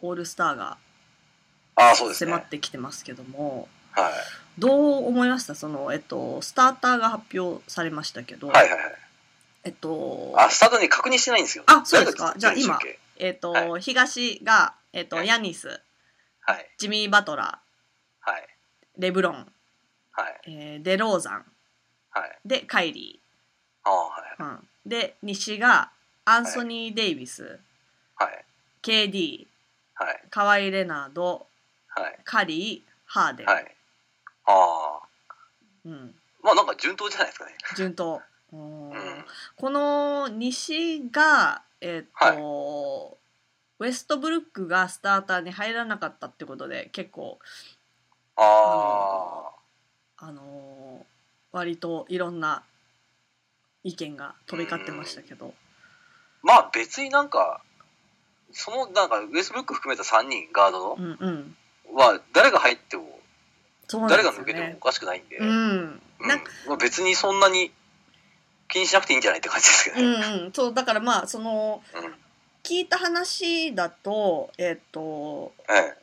オールスターがああ、そうですね。迫はいっ。てきてますけども、どう思いましたその、えっと、スターターが発表されましたけど、はいはいはい。えっと、あ、スタートに確認してないんですよ。あそうですか誰だっけじゃあ今誰でしえっとは東が、えっと、はいヤニス、たっけはい。ジミー・バトラはい。ー、レブロン、はい。えーデローザン、はい。で、カイリああ、はい。ー。うん、で、西がアンソニー・デイビス、はい。 KD、はい。カワイ・レナード、はい。カリー、ハーデン。はい。ああ。うん、まあなんか順当じゃないですかね。順当。ううんん。この西が、えっとウェストブルックがスターターに入らなかったってことで結構、ああのー割といろんな意見が飛び交ってましたけど、あ。まあ別になんか、そのなんかウェストブルック含めた3人ガードうのんうん、は誰が入ってもそうなん誰でがすよ抜けてもおね。かしくないんで、うん、うんなんかまあ、別にそんなに気にしなくていいんじゃないって感じですけどうね。うんんうん、そうだからまあその聞いた話だとえっとえ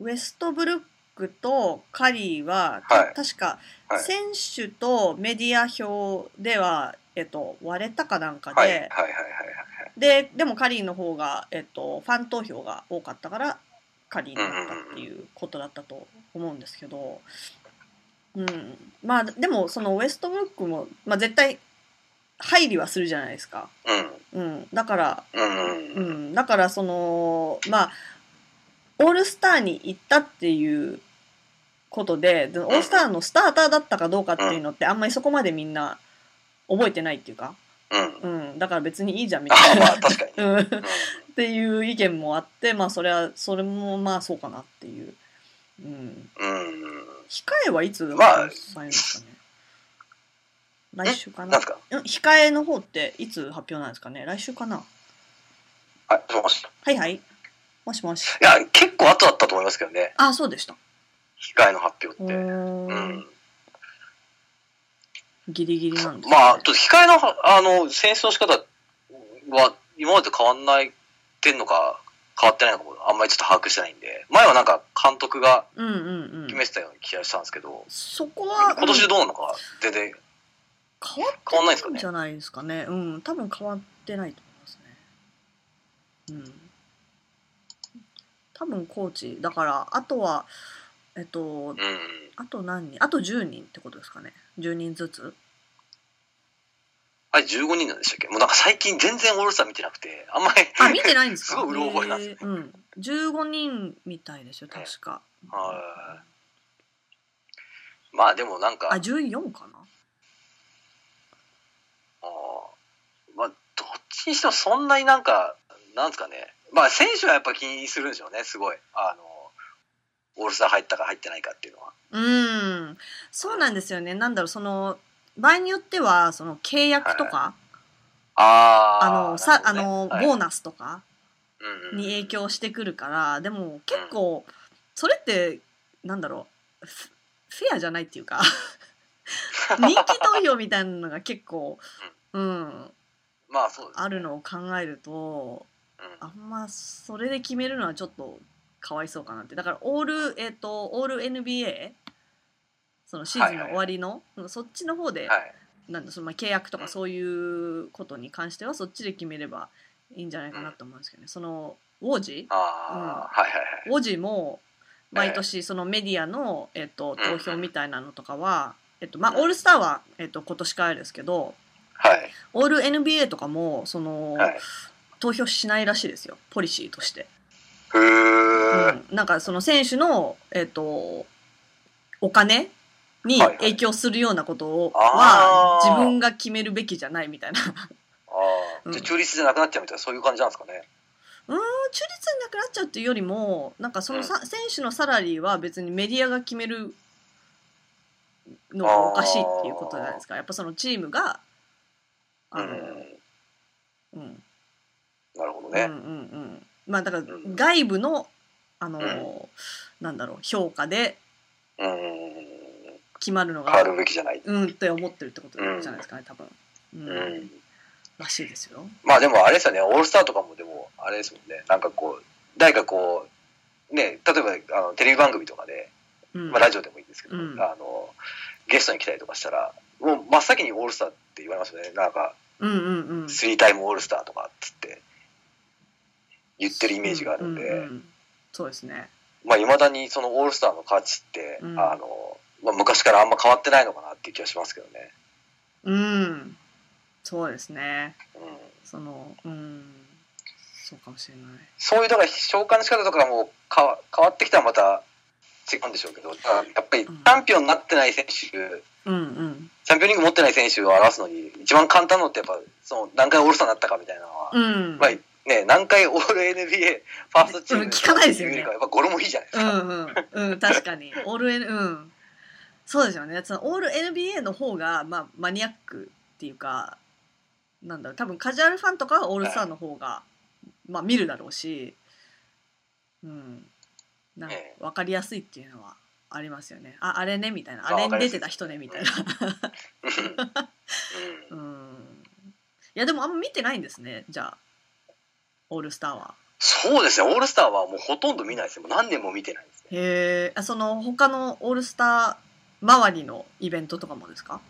ウェストブルックとカリーは、はいた確かはい選手とメディア表では、えっと、割れたかなんかえで、はいはいはいはいででもカリーの方が、えっと、ファン投票が多かったからカリーになったっていうことだったと思うんですけど、うんまあでもそのウェストブルックも、まあ、絶対配慮はするじゃないですか。はい。うん、だからうん。う。うんん、だからそのまあオールスターに行ったっていうことででオールスターのスターターだったかどうかっていうのってあんまりそこまでみんな覚えてないっていうか、うん。うん、だから別にいいじゃんみあたあいまなあ、確かに。うん、っうんていう意見もあってまあそれはそれもまあそうかなっていう、うん、うん。控えはいつまあ発表されるんですかね、来週かなんなですかうん控えの方っていつ発表なんですかね来週かなはい、もし。いはいはいもしもしや、結構後だったと思いますけどね、あそうでした控えの発表うって。うーんん。ギリギリなんですねまあ、ちょっと控えの、あの、選出の仕方は、今までと変わんないってんのか、変わってないのかも、あんまりちょっと把握してないんで、前はなんか監督がうんうんうん決めてたような気がしたんですけど、そこは今年でうんどうなのか、全然変わ変わんないっでてすかんねじ。ゃないですかねうん多分変わってないと思いますねうん多分コーチだからあとはえっとうん。あと何人あと10人ってことですかね10人ずつあれ15人なんでしたっけもうなんか最近全然オールスター見てなくて、あんまり。あ見てないんですか すごいうろ覚えなんですへーうん15人みたいですよ確かはいまあでもなんか、ああー14かなまあどっちにしてもそんなになんか、なんですかね。まあ選手はやっぱ気にするんでしょうね、すごい。あの、オールスター入ったか入ってないかっていうのは。うん、そうなんですよね。なんだろう、その場合によってはその契約とか、あああのさ、あなるほのどねボはーナスとかいに影響してくるから、でも結構それってなんだろう、フフェアじゃないっていう か、人気投票みたいなのが結構、うん、まあそうですねあるのを考えると、うんあんまそれで決めるのはちょっとかわいそうかなってだからオールえっ、とオール NBA そのシーズンの終わりの、そっちの方で、はい。なんだそのまあ契約とうかんそういうことに関してはそっちで決めればいいんじゃないかなと思うんですけどねそのウォージああ、はいはいはい。ウォージも毎年そのメディアの、えっとうんう投ん票みたいなのとかは、えっとまあ、オールスターは、えっと今年からですけどはい。オール NBA とかもその、はい。投票しないらしいですよポリシーとして。ふー。うんなんかその選手の、えっとお金にはいはい影響するようなことをはあー自分が決めるべきじゃないみたいな 中立あうあ、んじゃあ中立じゃなくなっちゃうみたいな、そういう感じなんですかね。になくなっちゃうっていうよりもなんかそのさ、選手のサラリーは別にメディアが決めるのがおかしいっていうことじゃないですかやっぱそのチームがうあんの、。うんなるほどうねん。うんうん、まあだからうん外部のあの、うなんだろう評価でうん。決まるのが変わるべきじゃない。うんって思ってるってことじゃないですかね、多分、うんうん。らしいですよ。まあでもあれですよね、オールスターとかもでも、あれですもんね、なんかこう、誰かこう、ね、例えばあのテレビ番組とかで、うんまあ、ラジオでもいいんですけど、うんあのゲストに来たりとかしたらもう真っ先にオールスターって言われますよねなんかうんうんうんスリータイムオールスターとかっつって言ってるイメージがあるんで、うんうんうんそうですねまあ、未だにそのオールスターの価値って、うんあのまあ、昔からあんま変わってないのかなっていう気がしますけどね。うんそうですねうん、そのうんそうかもしれないそういうだから召喚の仕方とかもかわ変わってきたらまた違うんでしょうけどだからやっぱりチうんャンピオンになってない選手、うんうんチャンピオンリング持ってない選手を表すのに一番簡単なのってやっぱその何回オールスターになったかみたいなのは、うんまあね、何回オール NBA ファーストチームうん聞かないですよねってうよりかはやっぱ語呂もいいじゃないでうすか。んうん、うん、確かに。オール N、うん。そうですよね。そのオール NBA の方が、まあ、マニアックっていうか、なんだろう、多分カジュアルファンとかはオールスターの方が、まあ、見るだろうし、うん。なんかえ、わかりやすいっていうのはありますよね。あ、あれね、みたいな。ああれにわかり出やすていた人ね、みたいうんな。うん。いや、でもあんま見てないんですね、じゃあ。オールスターは。そうですね、オールスターはもうほとんど見ないですね。もう何年も見てないですね。へえ、あその、他のオールスター周りのイベントとかもですか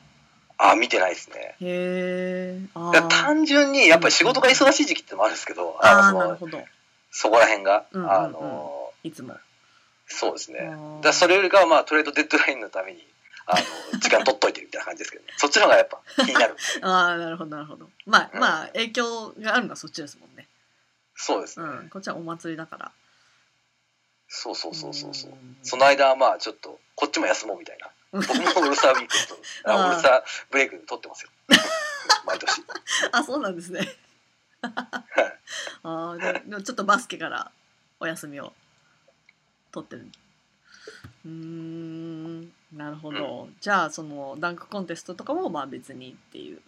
ああ、見てないですね。へえ。あだからー単純にやっぱり仕事が忙しい時期ってのもあるんですけど、ああー、のなるそのほど。そこら辺が、うんうんうんあのいつも。そうですね。あだかーらそれよりかはまあトレードデッドラインのためにあ の時間取っといてるみたいな感じですけど、ね、そっちの方がやっぱ気になる。ああ、なるほど、なるほど。まあ、まあ、影響があるのはそっちですもんね。そうですうね。ん、こっちはお祭りだから。そうそうそうそうそう。んその間はまあちょっとこっちも休もうみたいな。僕もオールスターウィークとあ あーオールスターブレイク取ってま すよ。毎年。あ、そうなんですね。 ああ、でもでもちょっとバスケからお休みを取ってる。うーん、なるほど。じゃあ、そのダンクコンテストとかも、まあ、別にっていう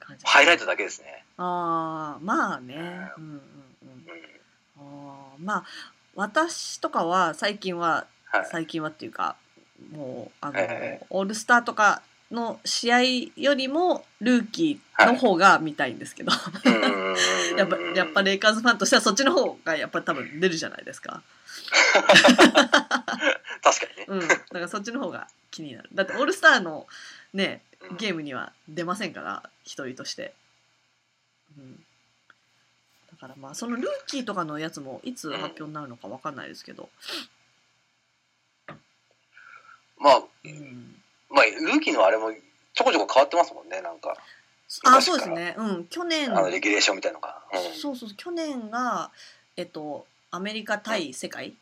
感じ。ハイライトだけですね。ああ、まあね。うんうんうん。うん。あーまあ私とかは最近ははい。最近はっていうかもうあの、ええオールスターとかの試合よりもルーキーの方が見たいんですけど、やっぱやっぱり。レイカーズファンとしてはそっちの方がやっぱ多分出るじゃないですか、確かにね。うん、だからそっちの方が気になるだってオールスターのねゲームには出ませんから一人として、うん、だからまあそのルーキーとかのやつもいつ発表になるのかわかんないですけど、まあ、うんまあ、ルーキーのあれもちょこちょこ変わってますもんね、なんか。あ、昔そうですからね。うん、去年、あの、レギュレーションみたいなのが。うんそうそう、去年が、えっと、アメリカ対世界。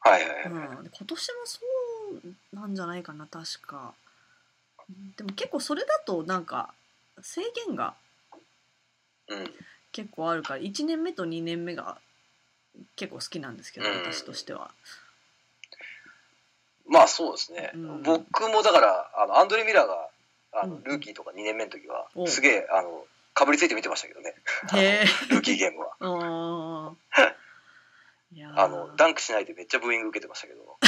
はいはいうん、はい。で今年もそうなんじゃないかな、確か。でも結構それだと、なんか、制限がうん。結構あるから、1年目と2年目が結構好きなんですけど、うん私としては。まあそうですね、うん僕もだからあのアンドレ・ミラーがあうのんルーキーとか2年目の時は、おうすげえあのかぶりついて見てましたけど ねへえ。ルーキーゲーム はあーいやーあのダンクしないでめっちゃブーイング受けてましたけど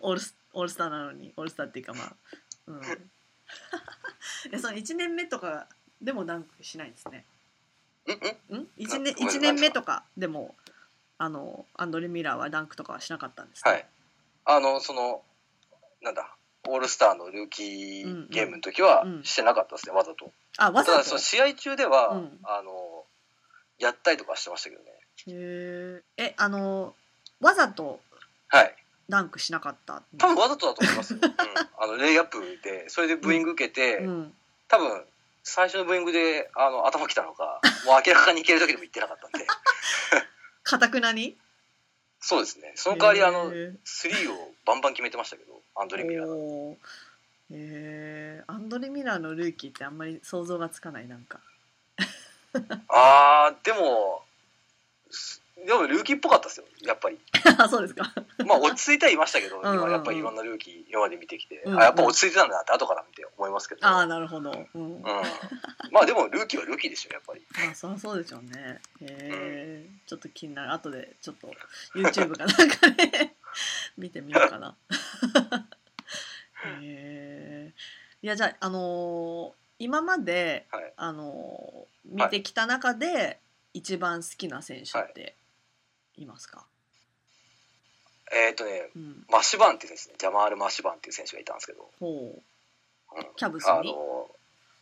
オールスオールスターなのにオールスターっていうかまあ、 うん、えその1年目とかでもダンクしないんですねうんうんん 1, 年なごめん一年目とかでもあのアンドレ・ミラーはダンクとかはしなかったんですねはいあのそのなんだオールスターのルーキーゲームの時はうんうんしてなかったですね、わざとあわたざだとそのへ試合中では、うんあのやったりとかしてましたけどねーえあのわざとはいダンクしなかった多分わざとだと思 いますよ、うん、あのレイアップでそれでブーイング受けて、うん、多分最初のブーイングであの頭きたのかもう明らかにいける時でも行ってなかったん でかたくなにそうですねその代わりあのへースリーをバンバン決めてましたけどアンドレ・ミラーがおーへーアンドレ・ミラーのルーキーってあんまり想像がつかないなんか あーでもすでもルーキーっぽかったですよやっぱりあそうですかま あ落ち着いてはいましたけどうんうんうん今やっぱりいろんなルーキー今まで見てきて、うんうんあやっぱ落ち着いてたんだなって後から見て思いますけど、ああなるほど、うん、うん、まあでもルーキーはルーキーですよやっぱり まあそりゃそうでしょうね。へえ、ちょっと気になる。後でちょっと YouTube かなんかで 見てみようか な。へえ。いやじゃああのー今まで、はいあのー見てきた中で、一番好きな選手っていますか、えっ、とね、うん、マシバンっていう選手ね、ジャマール・マシバンっていう選手がいたんですけど、ほううんキャブスあにの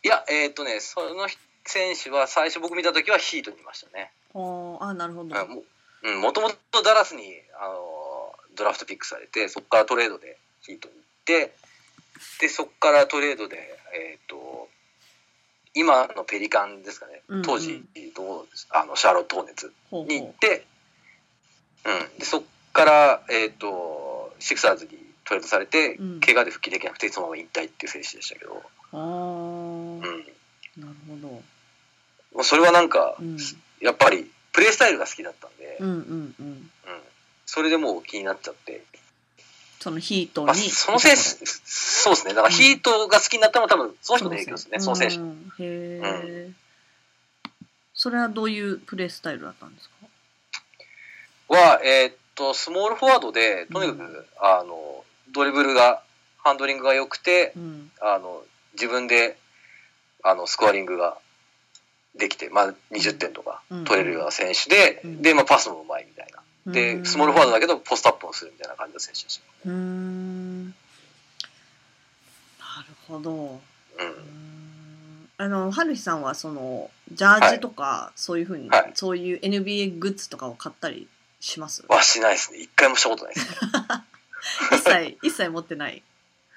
いや、えっ、とね、その選手は最初僕見た時はヒートにいましたね。ほうあなるほど、うんもうん、もともとダラスに、あのドラフトピックされてそこからトレードでヒートに行ってでそこからトレードで、えー、と今のペリカンですかねうんうん当時、どうあのシャーロット・ホーネッツほうに行ほって、うん、でそこから、えー、とシクサーズにトレードされて、うん怪我で復帰できなくてそのまま引退っていう選手でしたけど、うあうん、あなるほど、もうそれはなんか、うん、やっぱりプレースタイルが好きだったんで、うんうんうんうん、それでもう気になっちゃってそのヒートまあ、にその選手、そうですね、だからヒートが好きになったのは、多分その人の影響ですね、その選手。うんへえ、それはどういうプレースタイルだったんですかは、えーっと、スモールフォワードで、とにかく、うんあのドリブルが、ハンドリングが良くてう、んあの自分であのスコアリングができて、まあ、20点とかうん取れるような選手で、うんで、まあ、パスもうまいみたいな。うで、んスモールフォワードだけど、ポストアップもするみたいな感じの選手でしうーんなるほどた。ううーんんあの春日さんはそのジャージとかそういうふうに、はいそういう NBA グッズとかを買ったりします はしないですね。一回もしたことないですね。 一切一切持ってない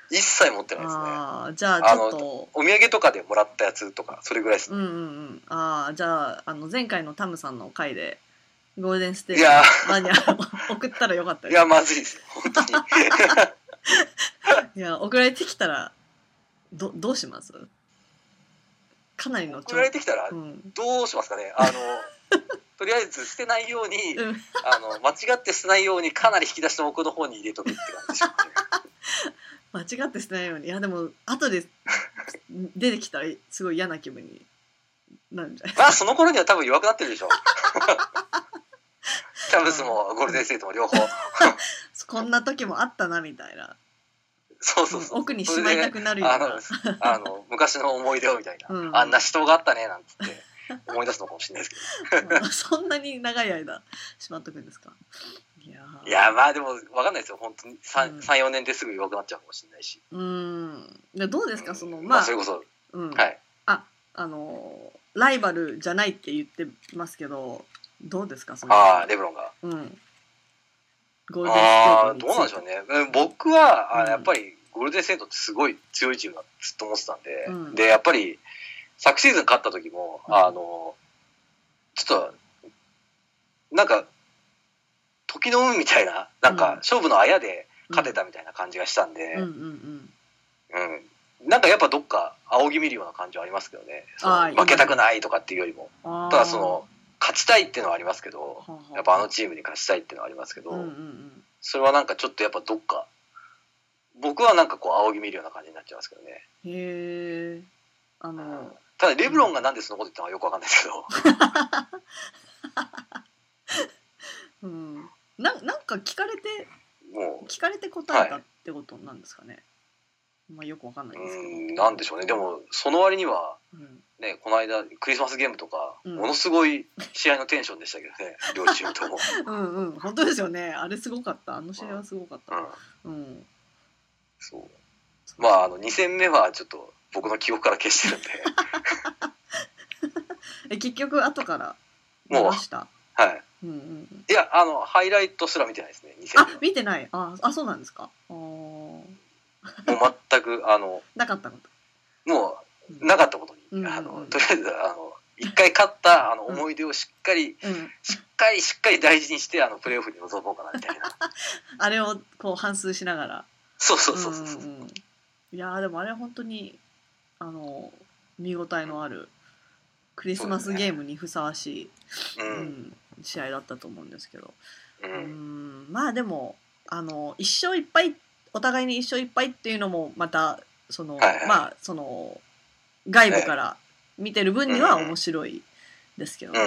一切持ってないですね。ああじゃあちょっとお土産とかでもらったやつとか、それぐらいですねうんうんうんああじゃああの前回のタムさんの回でゴールデンステーいやジマニアを 送ったらよかった いですや、まずいですよ、本当に。いや送られてきたらどどうしますかなりの送られてきたらう、んどうしますかね。あ の、とりあえず捨てないように、うんあの、間違って捨てないように、かなり引き出しの奥の方に入れとくって感じでしょうかね。間違ってしてないようにいやでも後で 出てきたらすごい嫌な気分になるんじゃない まあ、その頃には多分弱くなってるでしょう。キャブスもゴールデンステートも両方。こんな時もあったなみたいなそうそうそう。奥にしまいたくなるようあなの、あの、昔の思い出をみたいな、うんあんな死闘があったね、なんつって。思い出すのかもしれないです うんそんなに長い間しまっとくんですかいやけーど。いや、まあでも、わかんないですよ。本当にう3、ん三4年ですぐ弱くなっちゃうかもしれないし。うんでどうですかそのうんまあそれこそ、うんはい。ああのーライバルじゃないって言ってますけどどうですかそのああ、レブロンが。うんゴールデンああステートについてーどうなんでしょうねうん僕は、あうんやっぱりゴールデン・ステートってすごい強いチームだってずっと思ってたんで、うんでやっぱり昨シーズン勝った時も、うんあのちょっとなんか時の運みたいななんうんか勝負のあやで勝てたみたいな感じがしたんで、ううんうんんうんなんかやっぱどっか仰ぎ見るような感じはありますけどねそあーの負けたくないとかっていうよりもあーただその勝ちたいっていうのはありますけどははやっぱあのチームに勝ちたいっていうのはありますけど。うんうんうんそれはなんかちょっとやっぱどっか僕はなんかこう仰ぎ見るような感じになっちゃいますけどね、へえあのただレブロンがなんでそのこと言ったのかよくわかんないですけうど、 んななんか聞かれても聞かれて答えたってことなんですかね、まあよくわかんないうですうけんどなんでしょうねでもその割にはうんねこの間クリスマスゲームとか、うんものすごい試合のテンションでしたけどね両チームと も、うんうん本当ですよねあれすごかったあの試合はすごかっうたん、うんそうまああの2戦目はちょっと僕の記憶から消してるんで え結局後からもうましたはいうんうんうんいやあのハイライトすら見てないですね2戦あ目見てないああそうなんですかあーはもう全くあのなかったこともううんなかったことに、うんあうんうのんとりあえずあの一回勝ったあのうん思い出をしっかり、うんしっかりしっかり大事にしてあのプレーオフに臨もうかなみた いなあれをこう反芻しながらそうそうそうそうそう、んんうんいやーでもあれは本当にあの見応えのあるクリスマスゲームにふさわしい、ううんん試合だったと思うんですけど、ううんんまあでもあの一勝いっぱいお互いに一勝いっぱいっていうのもまたその、はいはいまあその外部から見てる分には面白いですけどね。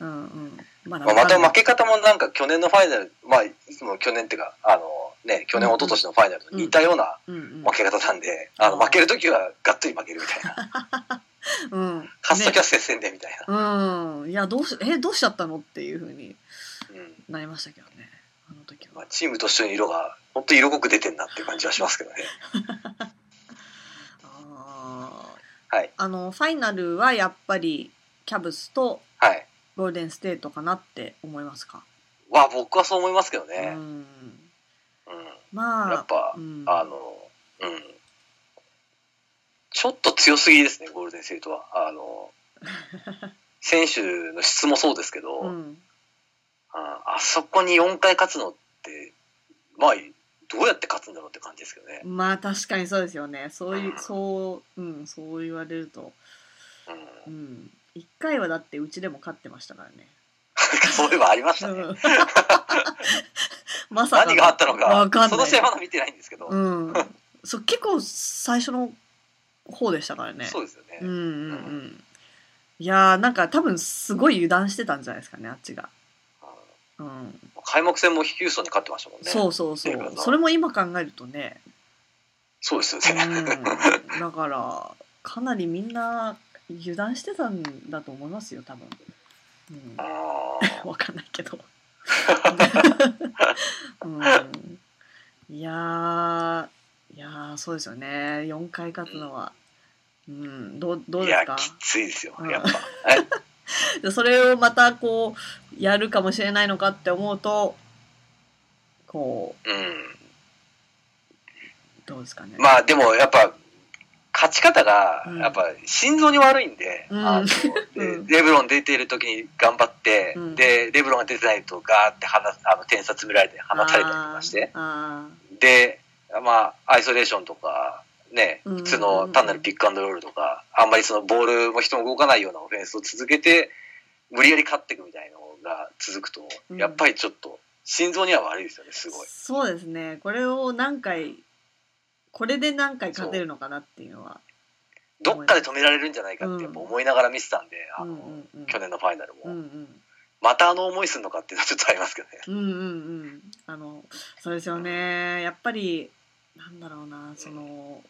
うんうんまあまあ、また負けけ方もなんか去年のファイナルまあいつも去年っていうかあのね去年一昨年のファイナルと似たようなうんうん負け方なんで、うんあの負ける時はがっつり負けるみたいな うん。ね勝っときゃ接戦でみたいな。うん。いや、どうし、え、どうしちゃったのっていうふうにうんなりましたけどね。あの時まはあ、。チームとしての色が本当色濃く出てんなっていう感じはしますけどね。あーはい。あの、ファイナルはやっぱり、キャブスとはい。ゴールデンステートかなって思いますか。まあ僕はそう思いますけどうね。ん。うん。まあ、やっぱうん、あの、うん。ちょっと強すぎですね、ゴールデンステートは。あの、選手の質もそうですけど、うん。ああそこに4回勝つのって、まあ、どうやって勝つんだろうって感じですけどね。まあ確かにそうですよね。そういうう、んそう、うん、そう言われると。うう。んん。一回はだってうちでも勝ってましたからね。そういえばありましたね。 うん、まさかの何があったのわか、かんそなのい試合まだ見てないんですけど、うんそう結構最初の方でしたからねそうですよね。うんうんうんいやーなんか多分すごい油断してたんじゃないですかねあっちが、うんうん開幕戦もヒューストンに勝ってましたもんね。そうそうそっていううかそれも今考えるとね、そうですようね。ん、だからかなりみんな油断してたんだと思いますよ多分、うんあ、ーわかんないけど。うん、いやー、いやー、そうですよね。4回勝つのは。うん、どう、どういですや、かきついですよう、んやっぱ。でそれをまたこう、やるかもしれないのかって思うと、こうん。う、どうですかね。まあ、でも、やっぱ、勝ち方がうん、やっぱ、心臓に悪いんで、うん あのうんでレブロン出ている時に頑張って、うんで、レブロンが出てないと、ガーって離すあの点差詰められて、放たれたりとかして、あで、まあ、アイソレーションとか、ね、うん普通の単なるピックアンドロールとか、あんまりそのボールも人も動かないようなオフェンスを続けて、無理やり勝っていくみたいなのが続くと、うんやっぱりちょっと、心臓には悪いですよね、すーごい。そうですね。これを何回、これで何回勝てるのかなっていうのは。どっかで止められるんじゃないかってやっぱ思いながら見てたんで、あうんうのんうん。去年のファイナルも、うんうん。またあの思いするのかっていうのはちょっとありますけどね。うんうんうんあのそうですよねやっぱりなんだろうなその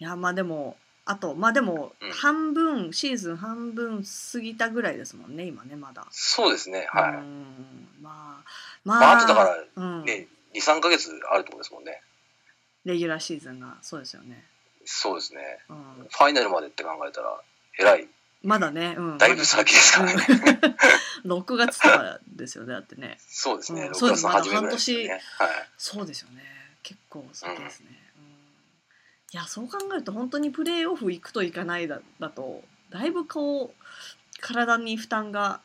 いやまあでもあとまあでもうん半分、シーズン半分過ぎたぐらいですもんね今ねまだそうですね、はい。うんまあままあ、あとだから、うん、ね、2、3ヶ月あるところですもんね。レギュラーシーズンがそうですよね、そうですね。うん、ファイナルまでって考えたら、えらい、まだね、うん、だいぶ先ですからね。 6月とかですよねだってねそうですね、うん6月の初めぐらいですよね。はいそうですよね結構先ですね、うんいやそう考えると本当にプレーオフ行くと行かないだだとだいぶこう体に負担が、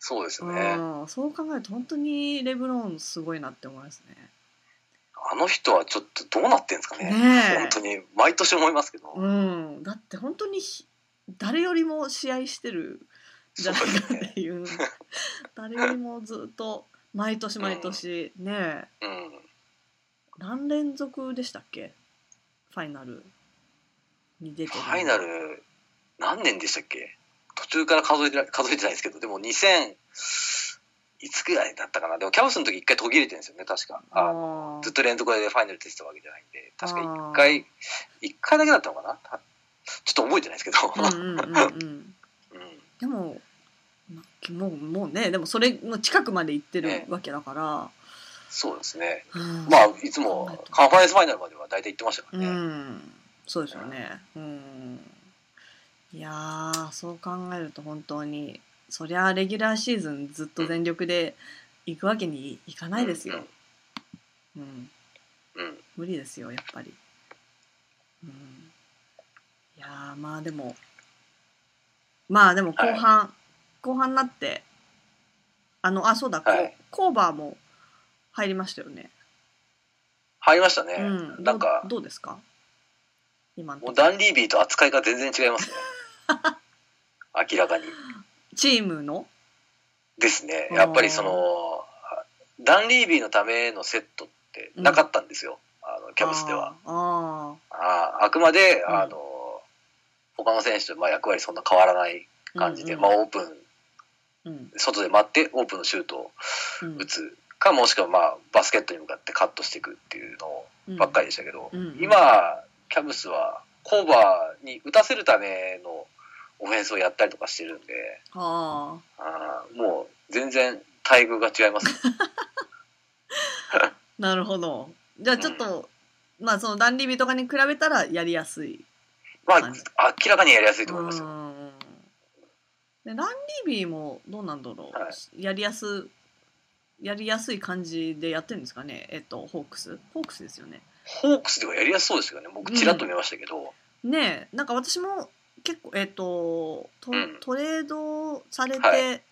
そうですね、うん、そう考えると本当にレブロンすごいなって思いますね。あの人はちょっとどうなってんですかね、ねえ本当に毎年思いますけど、うん、だって本当にひ誰よりも試合してるじゃないか っていう誰よりもずっと毎年毎年ねえうん、何連続でしたっけファイナルに出てフるのァイナル、何年でしたっけ、途中から数えてな数えてないですけど、でも2000、いつぐらいだったかな、でもキャブスの時一回途切れてるんですよね、確か。ああーずっと連続でファイナルテストわけじゃないんで、確か一あー回、一回だけだったのかな、たちょっと覚えてないですけど、うんうんうんうん、 うんでもなもうもうねでもそれの近くまで行ってるわけだから、そうですね、うんまあ、いつもカンファレンスファイナルまでは大体行ってましたかうらね。んそうですよねうんいやーそう考えると本当にそりゃあレギュラーシーズンずっと全力で行くわけにいかないですよ、うん、うん。うん無理ですよやっぱり、うん、いやーまあでもまあでも後半、後半になってあのあそうだ、こうはいコーバーも入りましたよね、入りましたね。うんなんか、どうどうですか今のとこもうダン・リービーと扱いが全然違いま すね。明らかに。チームのですね。やっぱりその、ダン・リービーのためのセットってなかったんですよ。あのキャブスでは。ああああくまで、うんあの、他の選手とまあ役割そんな変わらないー感じで、うんまあオープン、うん外で待ってオープンのシュートをうん打つか、もしくはまあバスケットに向かってカットしていくっていうのうんばっかりでしたけど、うんうん今、キャブスはコーバーに打たせるためのオフェンスをやったりとかしてるんで、ああーもう全然待遇が違います。あなるほどじゃあちょっと、まあそのダンリビとかに比べたらやりやすいまあはい、明らかにやりやすいと思いますよ。んでランリビーもどうなんだろう、はやりやすやりやすい感じでやってるんですかねえっとホークスホークスですよねホークスではやりやすそうですよね。僕、ちらっと見ましたけど、ねえなんか私も結構えっ、とトうんトレードされはて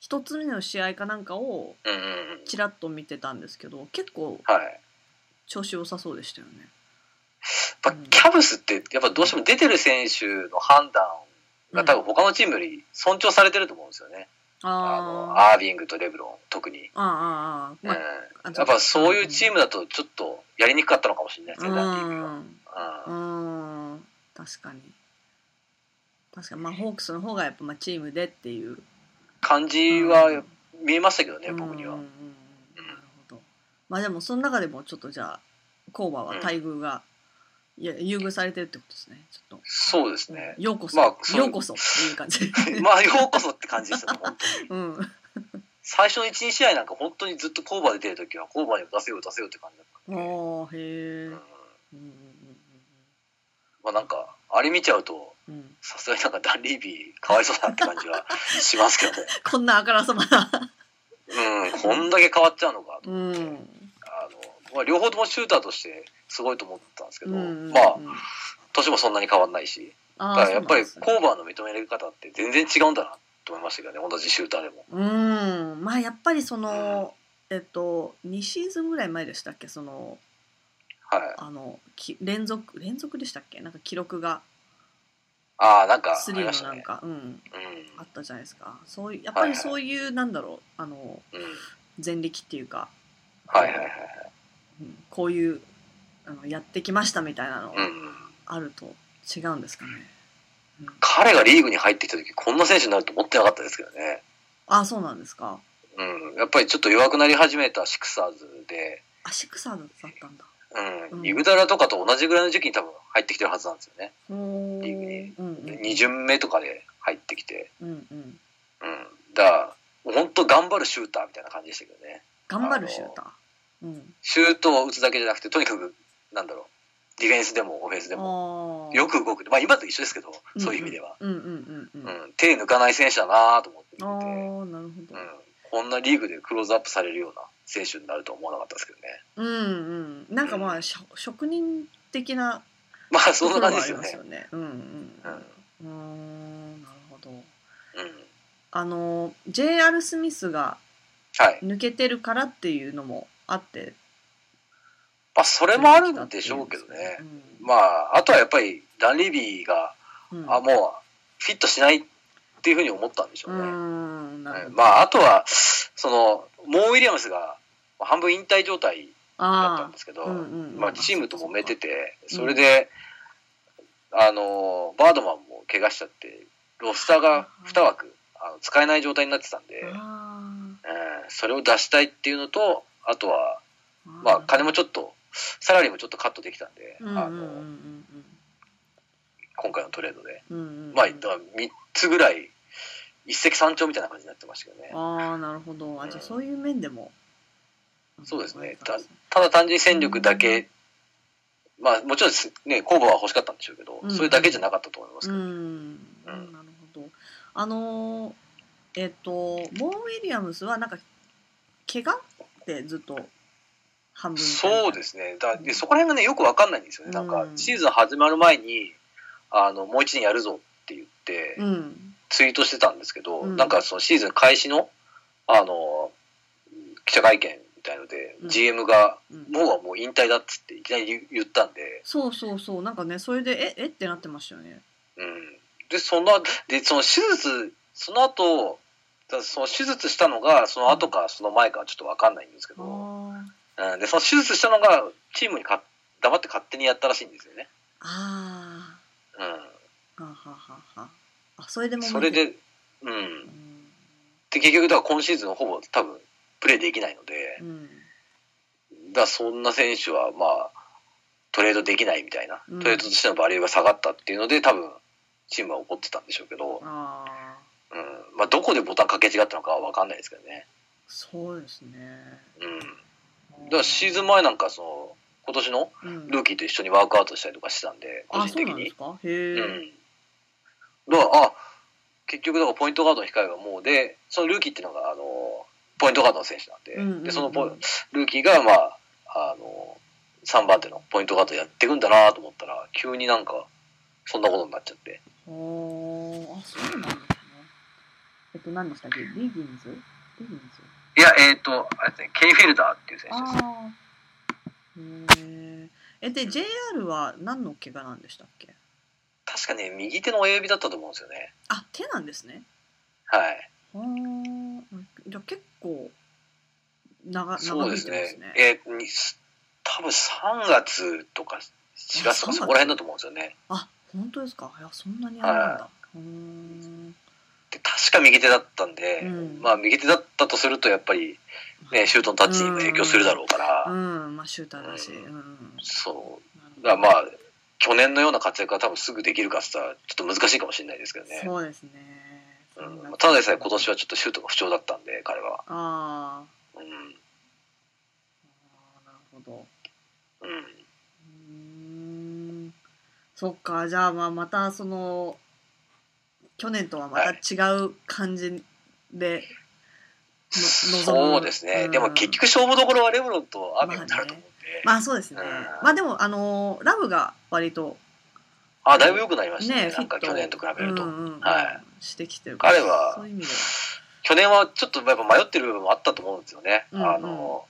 一つ目の試合かなんかをうんうんうん。ちらっと見てたんですけど結構はい。やっ調子良さそうでしたよね。ぱキャブスって、やっぱどうしても出てる選手の判断が多分他のチームより尊重されてると思うんですよね。あの、あーあアービングとレブロン、特に。あああうんまあ、あやっぱそういうチームだとちょっとやりにくかったのかもしれないですね、ダンディーグはううんんうん確かに確かにまあホークスの方がやっぱまあチームでっていう感じは見えましたけどね、僕には。うんうんうんなるほどまあでもその中でもちょっとじゃあコーバーは待遇が、いや優遇されてるってことですねちょっとそうですね。ようこそ、まあそうようこそっていう感 じ、まあ、ようこそって感じですよね、本当に。うん、最初の1、2試合なんか本当にずっとコーバーで出るときは、コーバーに打たせよう、打たせようって感じだったんあで、あへえ、ううん、んうんまあなんか、あれ見ちゃうと、うんうん、さすがになんかダン・リービーかわいそうだなって感じはしますけどね。こんなあからさまな、 うん、こんだけ変わっちゃうのかとう思んって、あのまあ、両方ともシューターとしてすごいと思ってたんですけうど、ん、まあう、ん年もそんなに変わんないし、あだーからやっぱりそコーバーの認められ方って全然違うんだなと思いましたけどね、同じシューターでも。うなんですねうんまあやっぱりその、えっと2シーズンぐらい前でしたっけそのはい。あのき連続連続でしたっけなんか記録がああ、なんか、あスリりーまのしたなんね。か、うん、あうったじゃないですかそういうやっぱはいりはいそういう、なんだろうあのん。うん。前歴っていうか、はいはいはい。うんこういうあのやってきましたみたいなのうがん。あると違うんですかね、うん彼がリーグに入ってきた時こんな選手になると思ってなかったですけどね、あそうなんですかうん、やっぱりちょっと弱くなり始めたシクサーズで、あシクサーだったんだうんうんイグダラとかと同じぐらいの時期に多分入ってきてるはずなんですよね、ほいいーねうんうん2巡目とかで入ってきて、うんうんうん、だから本当頑張るシューターみたいな感じでしたけどね頑張るシューターうんシュートを打つだけじゃなくてとにかくなんだろうディフェンスでもオフェンスでもあーよく動く、まあ、今と一緒ですけどんんそういう意味では、うんうんうんうんうあん、手抜かない選手だなと思って見あてて。ーなるほどうん、こんなリーグでクローズアップされるような選手になるとは思わなかったですけどね。うんうんなんかまあしょ職人的なまあとそこんろなも感あじりでますすよよね。ねうんうんうんうーんなるほど。うん、あの J.R. スミスがはい。抜けてるからっていうのもあってまあそれもあるんでしょうけどね。まああとはやっぱりダン・リビーが、あ、うん、あもうフィットしないっていうふうに思ったんでしょううね。ーんなるほうんど、まああとはそのモー・ウィリアムスがまあ半分引退状態だったんあですけど、うんうんうんまあ、チームと揉めててそっかそれで、あのバードマンも怪我しちゃってロスターが2枠あの使えない状態になってたんで、ーうんあそれを出したいっていうのとあとは、ーまあ、金もちょっとサラリーもちょっとカットできたんで、うんうんうんあの今回のトレードで、うんうんうんまあ、だから3つぐらい一石三鳥みたいな感じになってましたけどね。ああなるほどあじゃあそういう面でも、そうですねただ単純に戦力だけ、まあもちろんですね工房は欲しかったんでしょうけど、うんそれだけじゃなかったと思いますうけど、ん、なるほど。あのーえっ、とモー・ウィリアムスはなんか怪我ってずっと半分。そうですすねだでそこら辺がねよくわかんないんですよね、なんうかんシーズン始まる前にあのもう一年やるぞって言ってうん。ツイートしてたんですけど、うんなんかそのシーズン開始のあの記者会見みたいので、うん GM がうんもうはもう引退だっつっていきなり言ったんで、そうそうそうなんかねそれでええってなってましたよね。うんでそんなでその手術その後だその手術したのがその後かその前かちょっと分かんないんですけあど、ーうん、でその手術したのがチームにか黙って勝手にやったらしいんですよね、あーはははは。あそれでうん、もそれうで,、うん、ん。で結局だから今シーズンほぼ多分プレーできないのでうんだからそんな選手はまあトレードできないみたいな、うんトレードとしてのバリューが下がったっていうので多分チームは怒ってたんでしょうけど、ああうんまあ、どこでボタン掛け違ったのかは分かんないですけどね、そうですねうん、だからシーズン前なんかその今年のうんルーキーと一緒にワークアウトしたりとかしてたんで個あ人そう的なんでにすかへえ、うん、だからあ結局だからポイントガードの控えがもうでそのルーキーっていうのがあのポイントガードの選手なんで,、うんうんうんでそのポイルーキーが、まあ、あの3番手のポイントガードやっていくんだなと思ったら急になんかそんなことになっちゃっておーあそうなんですねえっと何でしたっけリギンズリギンズいやえっ、とあれですねケイフィルダーっていう選ああへええで JR は何の怪我なんでしたっけす確かね右手の親指だったと思うんですよねあ手なんですねはいはあじゃあ結構長そ長う引でいすてまねすねえーに多分3月とか4月とあかそこら辺だと思うんですよねあ本当ですかいやそんなにあれなんだうーんで確か右手だったんで、うんまあ右手だったとするとやっぱり、ね、シュートのタッチにも影響するだろうから、うんまあシューターだしううんんそうなだるほどからまあ去年のような活躍が多分すぐできるかっつったらちょっと難しいかもしれないですけどね、そうですねうんまあただでさえ今年はちょっとシュートが不調だったんで彼は、あうんーあーなるほどうん、うーんそっかじゃあまあまたその去年とはまた違う感じで、の望むそうですね、うんでも結局勝負どころはレブロンとアビオになると思うんで、あまあそうですね、うんまあでもあのラブが割とだいぶ良くなりましたねねなんかフィット去年と比べると、うんうんうんはしてきてる彼はそういう意味で去年はちょっとやっぱ迷ってる部分もあったと思うんですよね。うんうんあの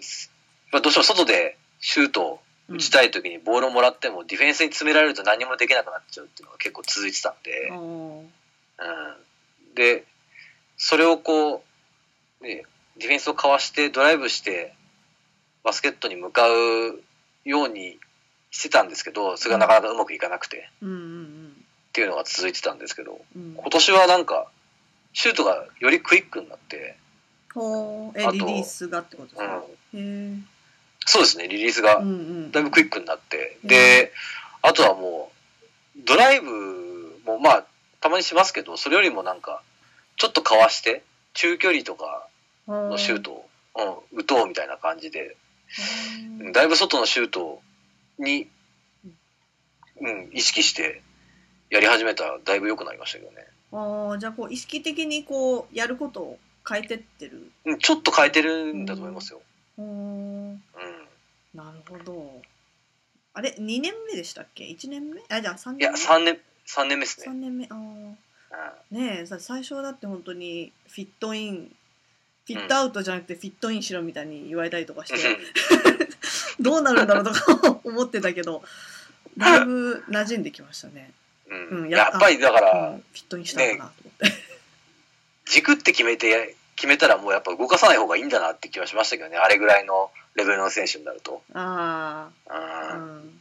すまあどうしても外でシュートをうん打ちたい時にボールをもらってもディフェンスに詰められると何もできなくなっちゃうっていうのが結構続いてたんで、おーうん、でそれをこう、ね、ディフェンスをかわしてドライブしてバスケットに向かうようにしてたんですけどそれがなかなかうまくいかなくてうんうんっていうのが続いてたんですけどうん今年はなんかシュートがよりクイックになって。ほーあえとリリースがってことですうんか、へえそうですね、リリースうがんうんだいぶクイックになって、で、あとはもう、ドライブもまあ、たまにしますけど、それよりもなんか、ちょっとかわして、中距離とかのシュートを、うん、打とうみたいな感じで、ほーだいぶ外のシュートに、うん、意識してやり始めたら、だいぶ良くなりましたけどね。あーじゃあこう意識的にこうやることを変えてってるうんちょっと変えてるんだと思いますよ。ほーうん。なるほどあれ2年目でしたっけ1年目あじゃあ3年い目や、3年、三年目ですね。三年目あーねえさ最初はだって本当にフィットインフィットアウトじゃなくてフィットインしろみたいに言われたりとかしうんて、どうなるんだろうとか 思ってたけどだいぶ馴染んできましたね、うんううんん、やっやっぱりだかうん、フら、ィットインしたのかなと思って、軸って決めて決めたらもうやっぱ動かさない方がいいんだなって気はしましたけどねあれぐらいのレベルの選手になると、あうあうんん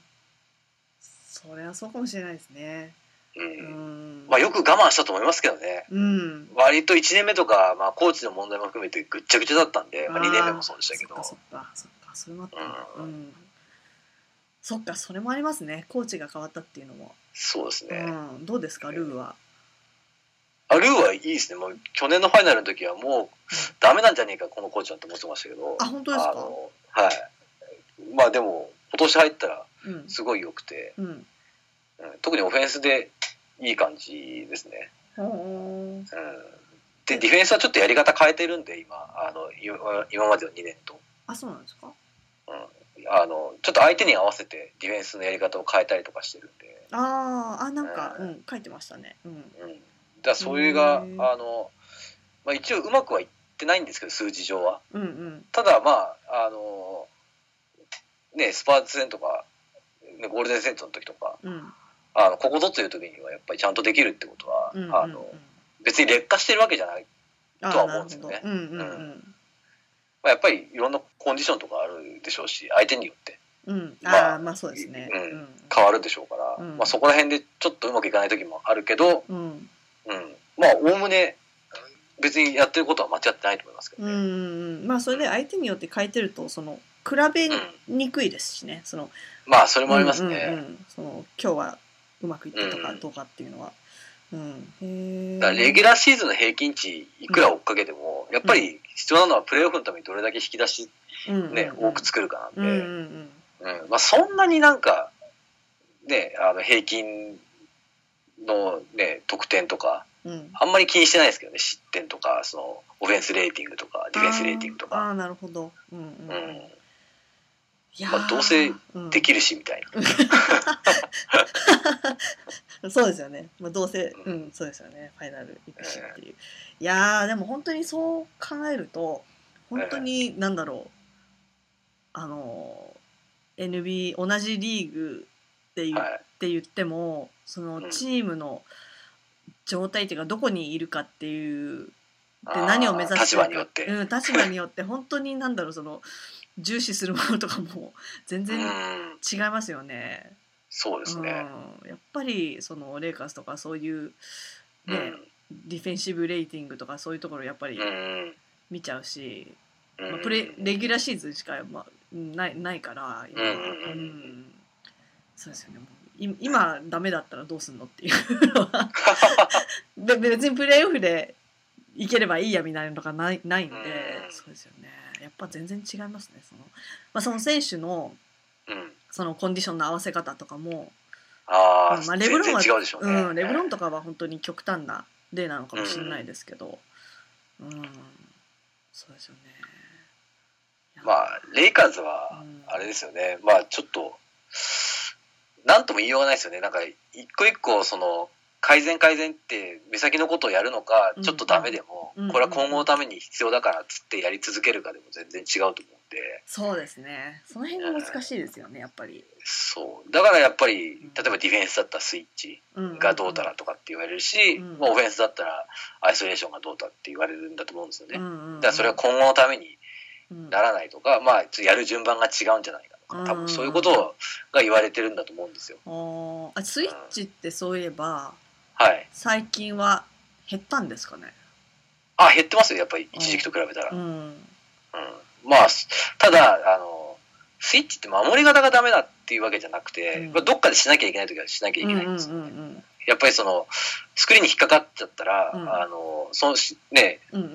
それはそうかもしれないですねううんんまあ、よく我慢したと思いますけどねうん割と1年目とか、まあ、コーチの問題も含めてぐっちゃぐちゃだったんで、まあ、2年目もそうでしたけどあーそっかそっかそっかそれもあったなう、うんんそっかそれもありますねコーチが変わったっていうのも、そうですね、うん、どうですかルーは、あルーはいいですねもう去年のファイナルの時はもうダメなんじゃねえかこのコーチはって思ってましたけどあ本当ですかあのはいまあでも今年入ったらうんすごい良くて、うんうん特にオフェンスでいい感じですねほーうんで、ディフェンスはちょっとやり方変えてるんで、今、あのい今までの2年と、あそうなんですかあのちょっと相手に合わせてディフェンスのやり方を変えたりとかしてるんで、あーあなんか、ううんん、書いてましたねうんうん、だからそれが、あうんのまあ、一応、うまくはいってないんですけど、数字上は。うんうんただ、まああのね、スパーズ戦とか、ねゴールデンセントの時とか、うんあのここぞという時には、やっぱりちゃんとできるってことは、うんあの別に劣化してるわけじゃない、あーとは思うんですよなねるほどうんうんうまあ、やっぱりいろんなコンディションとかあるでしょうし、相手によって。うんうんまあああまあそうですねうん変わるでしょうから、うんまあ、そこら辺でちょっとうまくいかない時もあるけど、うんうんうん、まあおおむね別にやってることは間違ってないと思いますけうどね。んうんうんまあそれで相手によって変えてるとその比べにくいですしね。そのまあ、それもありますうんうんね。うんその今日はうまくいったとかうんどうかっていうのは。うん、へだからレギュラーシーズンの平均値いくら追っかけても、やっぱり必要なのはプレーオフのためにどれだけ引き出し、ラーね、多く作るかなうんんうんで、うんうんまあ、そんなになんか、ね、あの平均の、ね、得点とか、うんうん、あんまり気にしてないですけどね、失点とか、そのオフェンスレーティングとか、ディフェンスレーティングとあーあか、ーなるほど、うんうんううんん、いやまあどうせでできるしみたいな。そうですよね、まあ、どうせ、ううんんそうですよねファイナル行くしっていう、いやーでも本当にそう考えると本当になんだろう、あの NB 同じリーグで言っはいって言ってもそうんのチームの状態っていうかどこにいるかっていうあでー何を目指してるか立場によってうん、立場によって本当になんだろうその重視するものとかも全う然ん、違いますよね。そうですうん、ね。やっぱりそのレイカーズとかそういう、うん、うねディフェンシブレーティングとかそういうところやっぱりん、見ちゃうし、うんまあ、プレレギュラーシーズンしか、まあ、ないないから今は、うんうんうんんそうですよねもうい今ダメだったらどうすん のっていうのはべ別にプレーオフでいければいいやみたいなのがないないんで、うんそうですよねやっぱ全然違いますねその,、まあ、その選手のうん、そのコンディションの合わせ方とかも、あうんー、まあレブ全ロン然は違うでしょうね。うん、レブロンとかは本当に極端な例なのかもしれないですけど、うんそうですよね。いやまあ、レイカーズは、うんあれですよね、まあ、ちょっと、なんとも言いようがないですよね、なんか、一個一個、その、改善改善って、目先のことをやるのかう、んちょっとダメでも、うんこれは今後のために必要だからっつってやり続けるかでも全然違うと思うんで、そうですね。その辺が難しいですよね、やっぱり。そう。だからやっぱり、例えばディフェンスだったらスイッチうんがどうたらとかって言われるし、うんまあ、オフェンスだったらアイソレーションがどうだって言われるんだと思うんですよね。うんだうんうんからそれは今後のためにうんならないとか、まあ、やる順番が違うんじゃないかとか、多うん分そういうことをが言われてるんだと思うんですよ。あーあスイッチってそういえばはい。最近は減ったんですかね。あ、減ってますよ、やっぱり一時期と比べたら。ううんん。まあ、すただ、あの、スイッチって守り方がダメだっていうわけじゃなくて、うんまあどっかでしなきゃいけないときはしなきゃいけないんですよね。うんうんやっぱりその、スクリーンに引っかかっちゃったら、うんあの、そのし、ね、うんう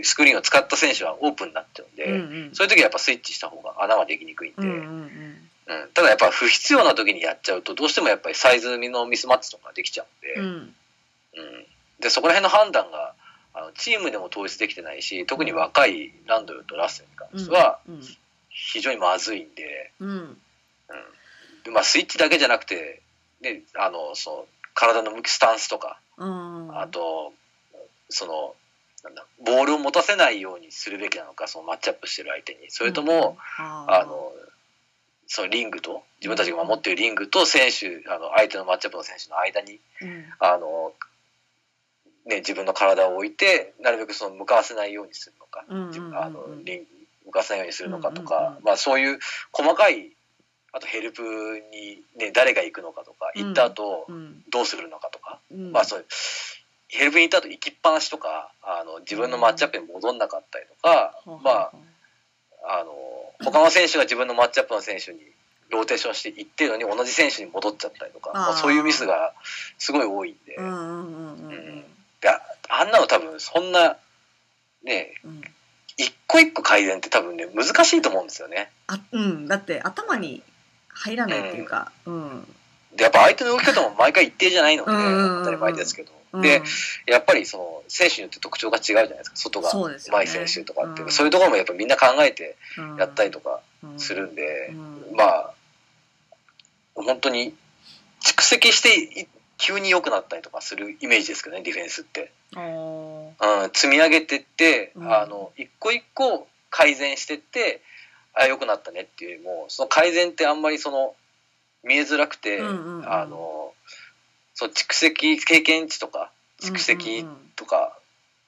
んスクリーンを使った選手はオープンになっちゃうんで、うんうん。そういう時はやっぱスイッチした方が穴はできにくいんで、うんうんうんうんただやっぱ不必要な時にやっちゃうとどうしてもやっぱりサイズのミスマッチとかができちゃううんで,、んうんでそこら辺の判断があのチームでも統一できてないし特に若いランドルとラッセルに関してはうん非常にまずいんで,、うんうんでまあ、スイッチだけじゃなくて、ね、あのその体の向きスタンスとかうん。あとそのなんだボールを持たせないようにするべきなのかそのマッチアップしてる相手にそれとも、うん、あーあのそのリングと自分たちが守っているリングと選手あの相手のマッチアップの選手の間にうんあの、ね、自分の体を置いてなるべくその向かわせないようにするのか、うんうん自うんうん分あのリング向かわせないようにするのかとか、うんうんうんまあ、そういう細かいあとヘルプに、ね、誰が行くのかとかうん行った後うんどうするのかとか、うんまあ、そういうヘルプに行った後行きっぱなしとかあの自分のマッチアップに戻んなかったりとか、はははまあ、あの他の選手が自分のマッチアップの選手にローテーションしていってるのに同じ選手に戻っちゃったりとかあーまあ、そういうミスがすごい多いんで,、うんうんうんうんでああんなの多分そんなねうん。一個一個改善って多分ね難しいと思うんですよね。あうんだって頭に入らないっていうか。うん。でやっぱ相手の動き方も毎回一定じゃないので、うんうんうんうん当たり前ですけど、うんでやっぱりその選手によって特徴が違うじゃないですか外がそうですよね上手い選手とかって、うんそういうところもやっぱみんな考えてやったりとかうんするんで、うんまあ本当に蓄積してい急に良くなったりとかするイメージですけどねディフェンスって、あーうん、積み上げてって、うんあの一個一個改善してってあ良くなったねっていうよりもその改善ってあんまりその見えづらくて、うんうんうんあのその蓄積経験値とか蓄積とか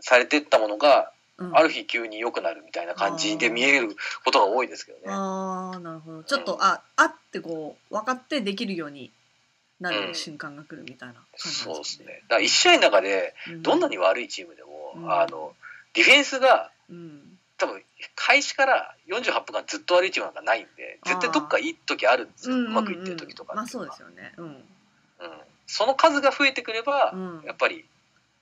されてったものが、うんうんうんある日急に良くなるみたいな感じで見えることが多いですけどね。あーなるほどちょっと、ああってこう分かってできるようになうるん瞬間が来るみたいな感じそうなんですね。だから1試合の中でうどんなに悪いチームでも、うんあのディフェンスがうん多分開始から48分間ずっと悪いチームなんかないんで絶対どっかいい時あるんですよんうまくいってる時とかまあっていそううのではすよねうんうんその数が増えてくれば、うんやっぱり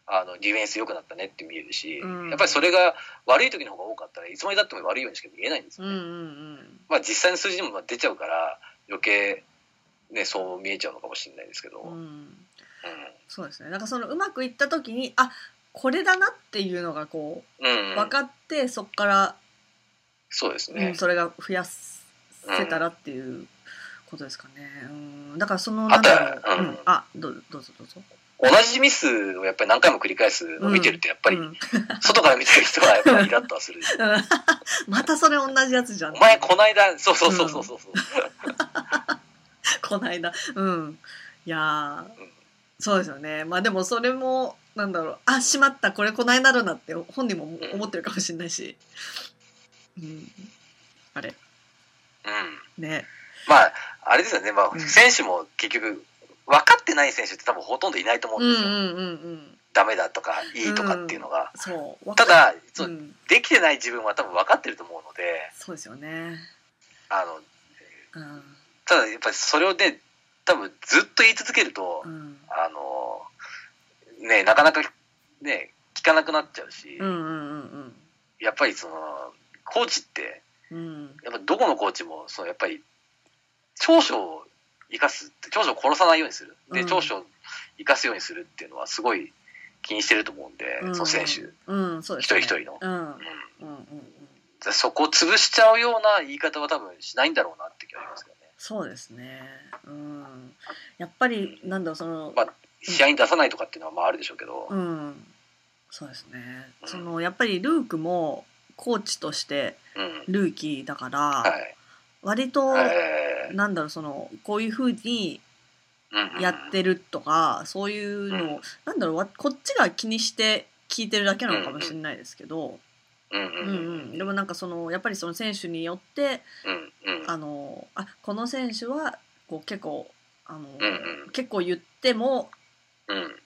あのディフェンス良くなったねって見えるし、うんやっぱりそれが悪い時の方が多かったらいつまでたっても悪いようにしか見えないんですうよんうね。んうんまあ、実際の数字にも出ちゃうから余計、ね、そう見えちゃうのかもしれないですけど、うんうんそうですねなんかそのうまくいった時にあこれだなっていうのがこうんう分かって、そこから、そうですうねん、、それが増やせたらっていうことですかね、うん、だからそのあとはなんだろう、うんうんあどうどうぞどうぞ同じミスをやっぱり何回も繰り返すのを見てるとやっぱりうん 外から見てる人はやっぱりイラッとはする。またそれ同じやつじゃんお前こないだそうそうそうそうそうそう、こないだうんいやーうんそうですよねまあでもそれもなんだろうあしまったこれこないだろうなって本人も思ってるかもしれないし、うん、あれうんねまあ、あれですよね、まうあ、ん選手も結局、分かってない選手って多分ほとんどいないと思ううんんでうすよ。んうんうんダメだとか、いいとかっていうのが。そうわか、ただ、そううんできてない自分は多分分かってると思うので、そうですよねあの、うんただやっぱりそれをね、多分ずっと言い続けるとう、んあの、ね、なかなかね、聞かなくなっちゃうし、うんうんうんやっぱりその、コーチって、うんうんやっぱどこのコーチも、そのやっぱり、長所を生かすって、長所を殺さないようにする。で、うん長所を生かすようにするっていうのは、すごい気にしてると思うんで、うんその選手、うんうんそうですね一人一人のうんうんうんうんでそこを潰しちゃうような言い方は多分しないんだろうなって気がしますけどね。そうですねうんやっぱりなんだろうそのまあ、試合に出さないとかっていうのはまああるでしょうけど、うん、そうですね、うんそのやっぱりルークもコーチとしてうん。ルーキーだから、はい。割と、えーなんだろうそのこういうふうにうんうんやってるとか、そういうのを、うんなんだろうわこっちが気にして聞いてるだけなのかもしれないですけど、うんううんんううんんでもなんかそのやっぱりその選手によってうんうんあのあこの選手はこう結構あの、うんうん結構言ってもうん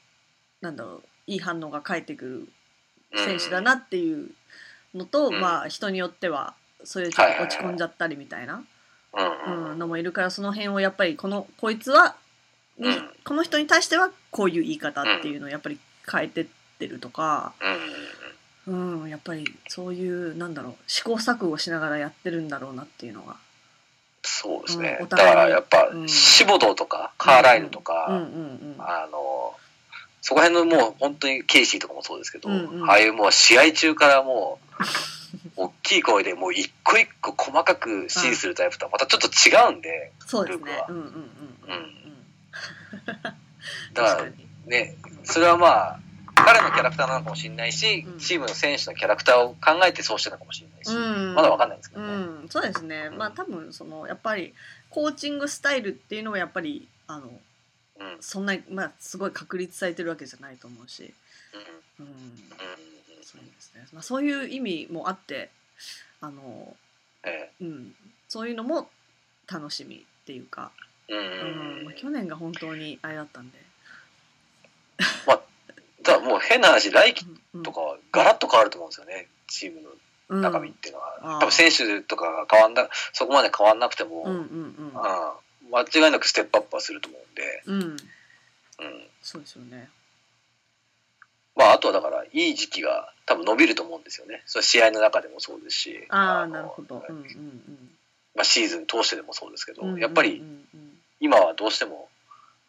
なんだろういい反応が返ってくるうん選手だなっていうのと、うんまあ人によってはそれちょっと落ち込んじゃったりみたいな、うんうんうん、のもいるからその辺をやっぱりこのこいつはに、うんこの人に対してはこういう言い方っていうのをやっぱり変えてってるとか、うん、やっぱりそういうなんだろう試行錯誤しながらやってるんだろうなっていうのが。そうですね、うんおだ互かいにらやっぱ、うんシボドとかカーライルとか、うんうんあの、そこら辺のもう本当にケイシーとかもそうですけど、うんうんああいうもう試合中からもう、大きい声でもう一個一個細かく指示するタイプとはまたちょっと違うんで、そうですルーねクは。うんうんうんうんううんん。だか確からに。ね、それはまあ、彼のキャラクターなのかもしれないし、うんチームの選手のキャラクターを考えてそうしてるのかもしれないし、うんまだわかんないですけどうね。ん、そうですね、まあ多分そのやっぱりコーチングスタイルっていうのはやっぱりあのうん。うん。うんそんなにまあすごい確立されてるわけじゃないと思うし、うん、そうですね、まあ、そういう意味もあってあの、えうん、そういうのも楽しみっていうか、えうんううんんうまんあ、去年が本当にあれだったんで、だからもう変な話、来季うん、とかはガラッと変わると思うんですよね、チームのうん中身っていうのは、うんあー多分選手とかが変わんなそこまで変わんなくても、うんううんん間違いなくステップアップはすると思うんで、うん、うん、うんそうですよね。まあ、あとはだからいい時期が多分伸びると思うんですよねそれ試合の中でもそうですしああのなるほど、うんうんうんまあ、シーズン通してでもそうですけど、うんうんうん、やっぱり今はどうしても、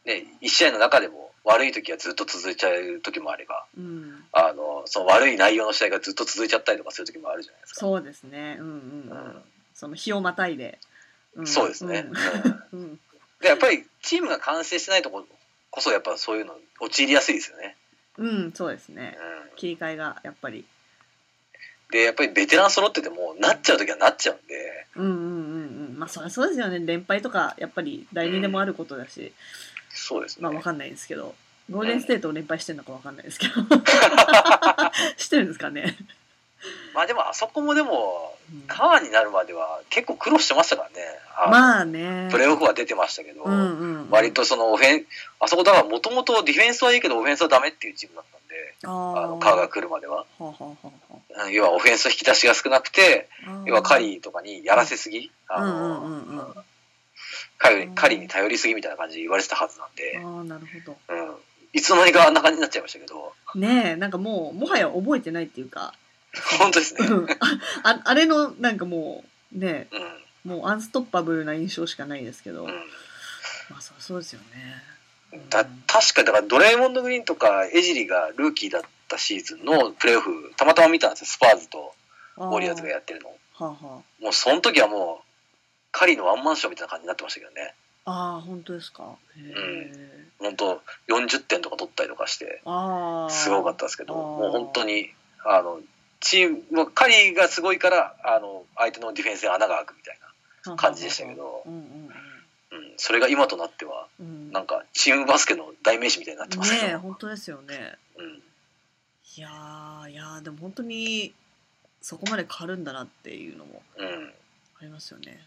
ね、1試合の中でも悪い時はずっと続いちゃう時もあればうん、あのその悪い内容の試合がずっと続いちゃったりとかする時もあるじゃないですか。そうですね、うんうんうん、その日をまたいで、うんん、そうですね、うんうんうんでやっぱりチームが完成してないところこそやっぱそういうの陥りやすいですよね。うん、そうですうねん、切り替えがやっぱりでやっぱりベテラン揃っててもなっちゃう時はなっちゃうんで、うんうんうんうんまあそりゃそうですよね連敗とかやっぱり誰にでもあることだし、そうですね。まあわかんないですけどゴールデンステートを連敗してるのかわかんないですけ どしてるんですかね、まあでもあそこもでもうんカーになるまでは結構苦労してましたからね。のまあねプレーオフは出てましたけど、うんうんうん、割とそのオフェンあそこだからもともとディフェンスはいいけどオフェンスはダメっていうチームだったんで、あーあのカーが来るまでは。はあはあはあはあうんうん要はオフェンスの引き出しが少なくて、あー要はカリーとかにやらせすぎ、うあんうのんうんうんあカリーカリーに頼りすぎみたいな感じで言われてたはずなんで、ーなるほうん、いつの間にかあんな感じになっちゃいましたけど、 どねえなんかもうもはや覚えてないっていうか 本当ですね。うん ああれのなんかもうねうんえもうアンストッパブルな印象しかないですけど、うんまあそそうですよねうんだ確かだからドラえもんのグリーンとかエジリがルーキーだったシーズンのプレーオフたまたま見たんですよスパーズとあウーォリアーズがやってるのはあ、はもうその時はもうカリーのワンマンションみたいな感じになってましたけどねあ、あー本当ですかへえ、本当40点とか取ったりとかしてああすごかったですけどあーもう本当にあのチームもうカリーがすごいからあの相手のディフェンスに穴が開くみたいたな感じでしたけどう、んうんうん、それが今となってはうんうんなんかチームバスケの代名詞みたいになってますけねえど、本当ですよねうんいやーいやーでも本当にそこまで変わるんだなっていうのもうん、ありますよね。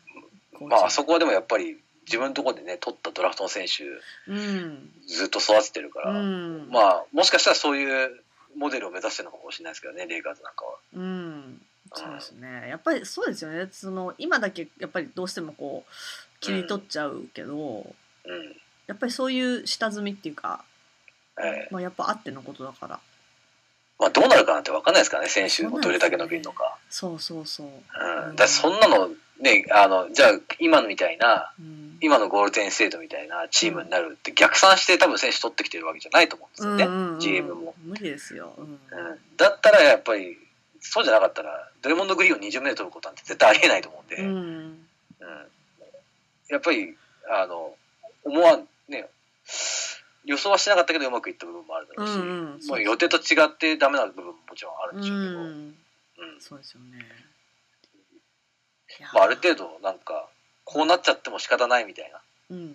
まああそここはでもやっぱり自分のところでね取ったドラフトの選手うん、ずっと育ててるかうら、ん、まあもしかしたらそういうモデルを目指してるのかもしれないですけどねレイカーズなんかは。うん、そうですね。やっぱりそうですよね。その今だけやっぱりどうしてもこう切り取っちゃうけど、うんやっぱりそういう下積みっていうか、ええまあやっぱあってのことだから。まあ、どうなるかなんて分かんないですからね選手もどれだけ伸びるのか。そうそうそう。うんうんだからそんなのねあのじゃあ今のみたいなうん、今のゴールデンステートみたいなチームになるって逆算して多分選手取ってきてるわけじゃないと思うんですよね、うんうんうん GM も。無理ですよ。うん。うんだったらやっぱりそうじゃなかったらドレモンド・グリーンを20名で取ることなんて絶対ありえないと思うんで。うんうんやっぱりあの思わんね予想はしなかったけどうまくいった部分もあるだろうし、うんうんまそうそうあ、予定と違ってダメな部分ももちろんあるんでしょうけど、ううんんそうですよね。まあ、ある程度なんかこうなっちゃっても仕方ないみたいな、度、うん、うん、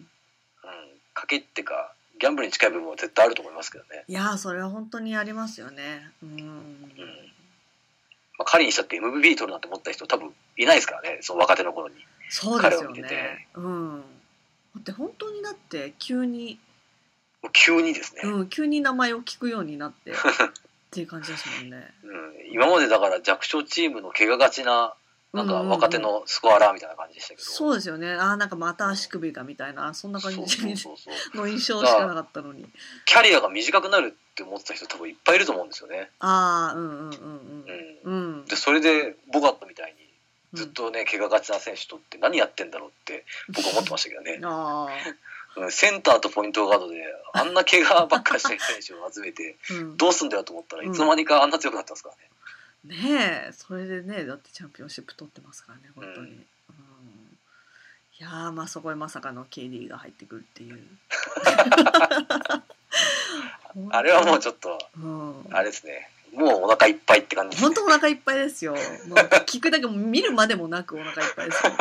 賭けっていうかギャンブルに近い部分は絶対あると思いますけどね、いやーそれは本当にありますよね。うん、まあ、仮にしたって MVP 取るなんて思った人多分いないですからねその若手の頃にそうですよ彼を見ててね。うん、だって本当にだって急に、もう急にですね、うんうん、急に名前を聞くようになってっていう感じですもんね。今までだから弱小チームの怪我がちな なんか若手うんうんうんのスコアラーみたいな感じでしたけど、そうですよね。あーなんかまた足首がみたいなそんな感じそうそうそうそうの 印象しかなかったのに。キャリアが短くなるって思ってた人多分いっぱいいると思うんですよね、ああうんうんうんううんうんん、。でそれでボガットみたいにうん、ずっとね怪我がちな選手とって何やってんだろうって僕は思ってましたけどね あうん、センターとポイントガードであんな怪我ばっかりしてる選手を集めてあ、うん、どうすんだよと思ったらういんつの間にかあんな強くなってますからね、ねえそれでねだってチャンピオンシップ取ってますからね本当に、ううんいやーまあそこへまさかの KD が入ってくるっていう あれはもうちょっょっとと、うん、あれですねもうお腹いっぱいって感じです本ね当お腹いっぱいですよもう聞くだけも見るまでもなくお腹いっぱいですよね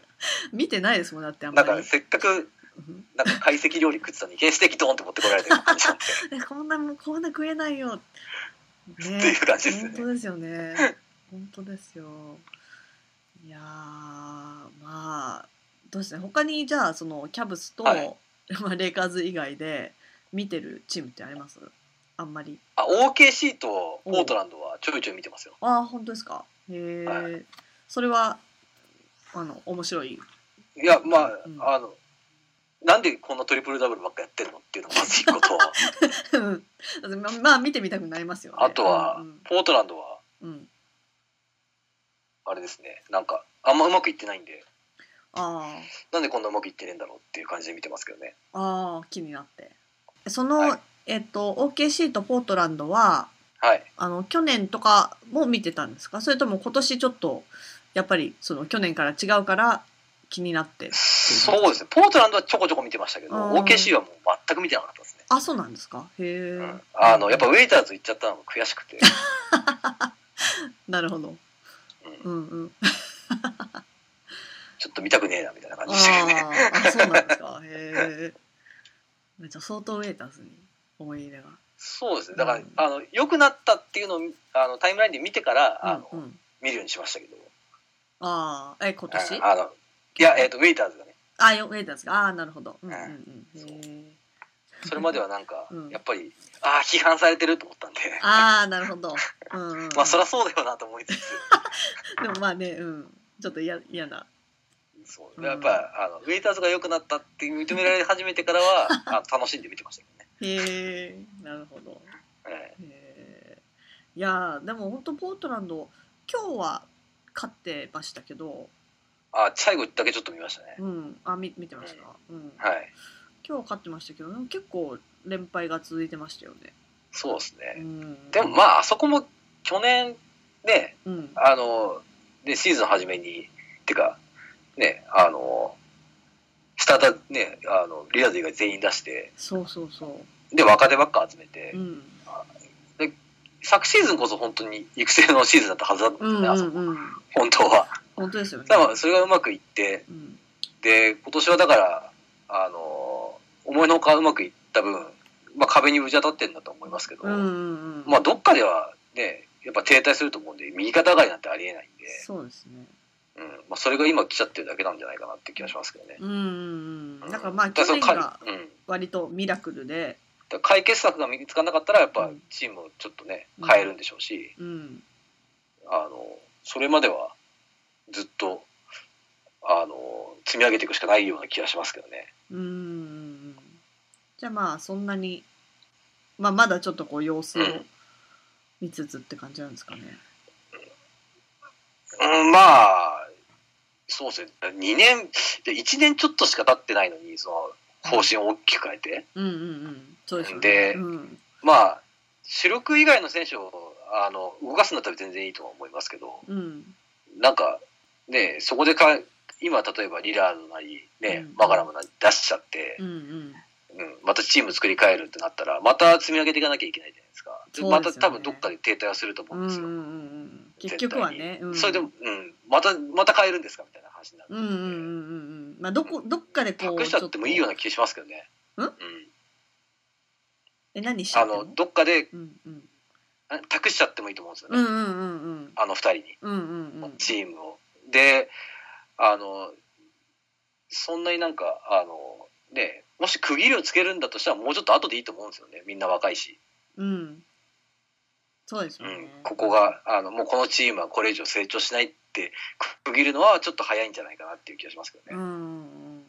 見てないですもんだってあんなまんりかせっかくうんなんか解析料理食ってたのに原始的ドーンって持ってこら れてる感じなんでえこんなもうこんな食えないよ、ね、ってっていう感じです本ね当ですよね本当ですよいやーまあどうですね他にじゃあそのキャブスと、はいまあ、レイカーズ以外で見てるチームってありますあんまりあ OKC とポートランドはちょいちょい見てますよああ本当ですかへえ、はそれはあの面白い いやまあ、うんあのなんでこんなトリプルダブルばっかやってるのっていうのがまず一 個とうんままあ見てみたくなりますよねあとは、うんポートランドはうんうんあれですねなんかあんまうまくいってないんでああなんでこんなうまくいってねえんだろうっていう感じで見てますけどねああ気になってその、はいえっと OKC とポートランドははいあの去年とかも見てたんですかそれとも今年ちょっとやっぱりその去年から違うから気になってそうですねポートランドはちょこちょこ見てましたけどうん OKC はもう全く見てなかったですね、あそうなんですかへえ、うん、あのやっぱウェイターズ行っちゃったのが悔しくて、なるほどううんん うんちょっと見たくねえなみたいな感あじでしたけどねーあそうなんですかへえじゃあ相当ウェイターズに思い入れがそうですねだから、うんあの良くなったっていうのをあのタイムラインで見てからあの、うんうん、見るようにしましたけどああえ今年あのいやえっ、とウェイターズがねあよウェイターズがああなるほどうんうんうんそうへえそれまではなんか、うんやっぱりああ批判されてると思ったんでああなるほど、うんうん、まあそりゃそうだよなと思いつつでもまあねうんちょっと嫌嫌なそううんやっぱあのウェイターズが良くなったって認められ始めてからはあの楽しんで見てましたけどねへえなるほどえへーいやーでも本当ポートランド今日は勝ってましたけど、えあ最後だけちょっと見ましたねうん、あ見見てました、うん、はい今日は勝ってましたけどでも結構連敗が続いてましたよね、そうですうねん、でもまああそこも去年ねうん、あのでシーズン初めにてかねあのスターターねあのリアーズ以外全員出してそうそうそで若手ばっか集めて、う、うん、昨シーズンこそ本当に育成のシーズンだったはずだったんうんですうよね、んあそこうん本当は。本当ですよねだからそれがうまくいってうんで今年はだからあの思いのほかうまくいった分、まあ、壁にぶち当たってるんだと思いますけど、うんうんうんまあどっかではねやっぱ停滞すると思うんで右肩上がりなんてありえないんで、そうですねうんまあ、それが今来ちゃってるだけなんじゃないかなって気がしますけどね。うんうんううんんだからまあだ去年がからそのかうん、だか割とミラクルでら解決策が見つからなかったらやっぱうんチームをちょっとねうん変えるんでしょうし、うんあの、それまではずっと、あの、積み上げていくしかないような気がしますけどね。うんうんうんじゃあまあそんなにまあまだちょっとこう様子をうん見つつって感じなんですかねうん、まあ、そうですね。2年、で1年ちょっとしか経ってないのに、その、方針を大きく変えて、うんうんうんそうですよねでうんまあ、主力以外の選手を、あの、動かすんだったら全然いいとは思いますけど、うんなんか、ね、そこでか、今、例えばリラードなり、ねうん、マガラムなり出しちゃってう、んうんうん、またチーム作り変えるってなったらまた積み上げていかなきゃいけないじゃないですかそうまでたすよね多分どっかで停滞はすると思うんうんうでんすよ、うん結絶対局にはね、うん、それでも、うん、またまた変えるんですかみたいな話になるうんうんうんうんうんまあどこどっかでこう隠しちゃってもいいようなな気がしますけどねんうん、え何しちゃあってものどっかでうんうんあ託しちゃってもいいと思うんですようね、んうんうんうんあの2人に、うんうんうんチームをであのそんなになんかあのねもし区切りをつけるんだとしたらもうちょっと後でいいと思うんですよねみんな若いしうん。そうですうよね。ん、ここがあのもうこのチームはこれ以上成長しないって区切るのはちょっと早いんじゃないかなっていう気がしますけどうね、んうんうん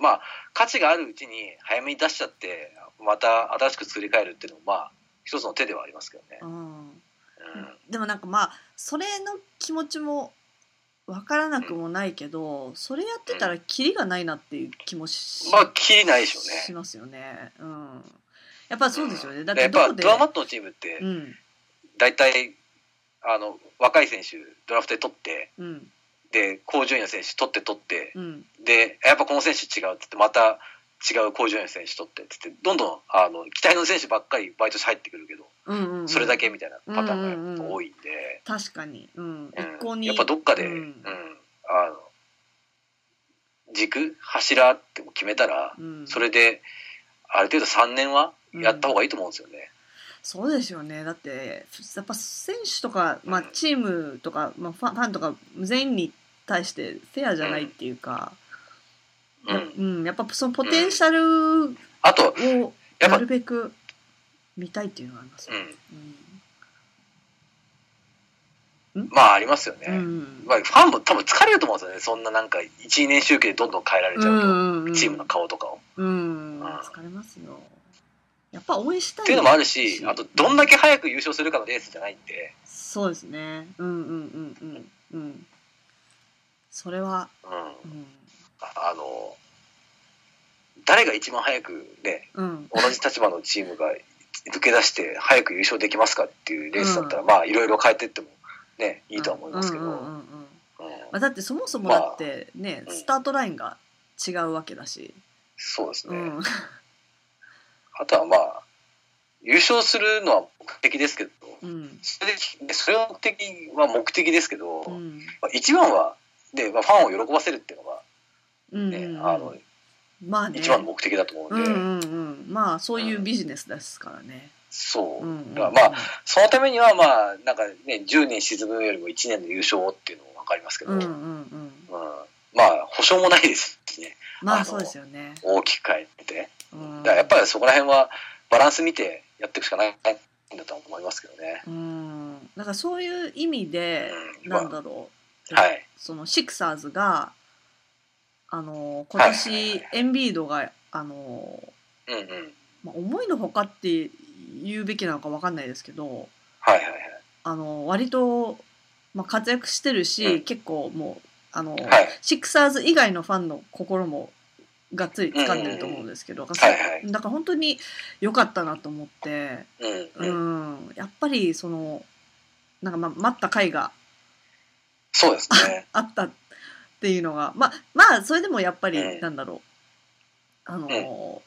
まあ価値があるうちに早めに出しちゃってまた新しく作り変えるっていうのもまあ一つの手ではありますけどねう、ん。うん。うんでもなんかまあそれの気持ちもわからなくもないけど、それやってたらキリがないなっていう気もし,、まあきりないでしょうしねますよね。うん。やっぱそうですよね。だっでてやっどぱこで。ドラマットのチームってうん大体あの若い選手ドラフトで取ってうんで高順位の選手取って取ってうんでやっぱこの選手違うっつってまた違う工場の選手取ってっつってどんどんあの期待の選手ばっかりバイトして入ってくるけどうんうんうん。それだけみたいなパターンが多いんで、確かに。うん。一う向んに。やっぱどっかで、ううんんあの軸柱って決めたら、うんそれである程度3年はやった方がいいと思うんですよね。そうですよね。だって、やっぱ選手とか、まあ、チームとか、まあ、ファンファンとか、全員に対してフェアじゃないっていうか、うんやっぱそのポテンシャルをあとやっぱなるべく見たいっていうのがありますようね。んまあありますよね。うんうんまあ、ファンも多分疲れると思うんですよねそんななんか12年周期でどんどん変えられちゃうと、うんうんチームの顔とかを。うん、ん疲れますよ。やっぱ応援したいっていうのもあるしあとどんだけ早く優勝するかのレースじゃないんで、そうですね。うんうんうんうんうん。それは、うん、うん。あの誰が一番早くねうん、同じ立場のチームが抜け出して早く優勝できますかっていうレースだったら、まあいろいろ変えてってもねいいとは思いますけど、うんううんんうんうんまあ、だってそもそもだってね、うんスタートラインが違うわけだし、そうですうね、ん、あとはまあ優勝するのは目的ですけどうん、それでそれは目的は目的ですけど、うん、まあ、一番はで、まあ、ファンを喜ばせるっていうのが、うん、ねうんあのまあね、一番の目的だと思ううんで、んうんうん、まあそういうビジネスですからね。そうう、んうん、まあまあそのためにはまあなんかね10年沈むよりも1年の優勝をっていうのも分かりますけど、うんううんんうん、まあ保証もないですしねまああのそうですよね。大きく変えて。うんだからやっぱりそこら辺はバランス見てやっていくしかないんだとは思いますけどね。うんなんかそういう意味で、うんなんだろう、はい。そのシクサーズがあの今年、はいはいはいエンビードがあの、うんうん。まあ、思いのほかって言うべきなのかわかんないですけどはいはいはい。あの割と、まあ、活躍してるし、うん結構もうあの、はいシクサーズ以外のファンの心もがっつり掴んでると思うんですけど、はいはい。だから本当に良かったなと思って。うんううん。ん、やっぱりそのなんか、ま、待った回がそうですね。あったっていうのがまあまあそれでもやっぱうりんなんだろう、あのー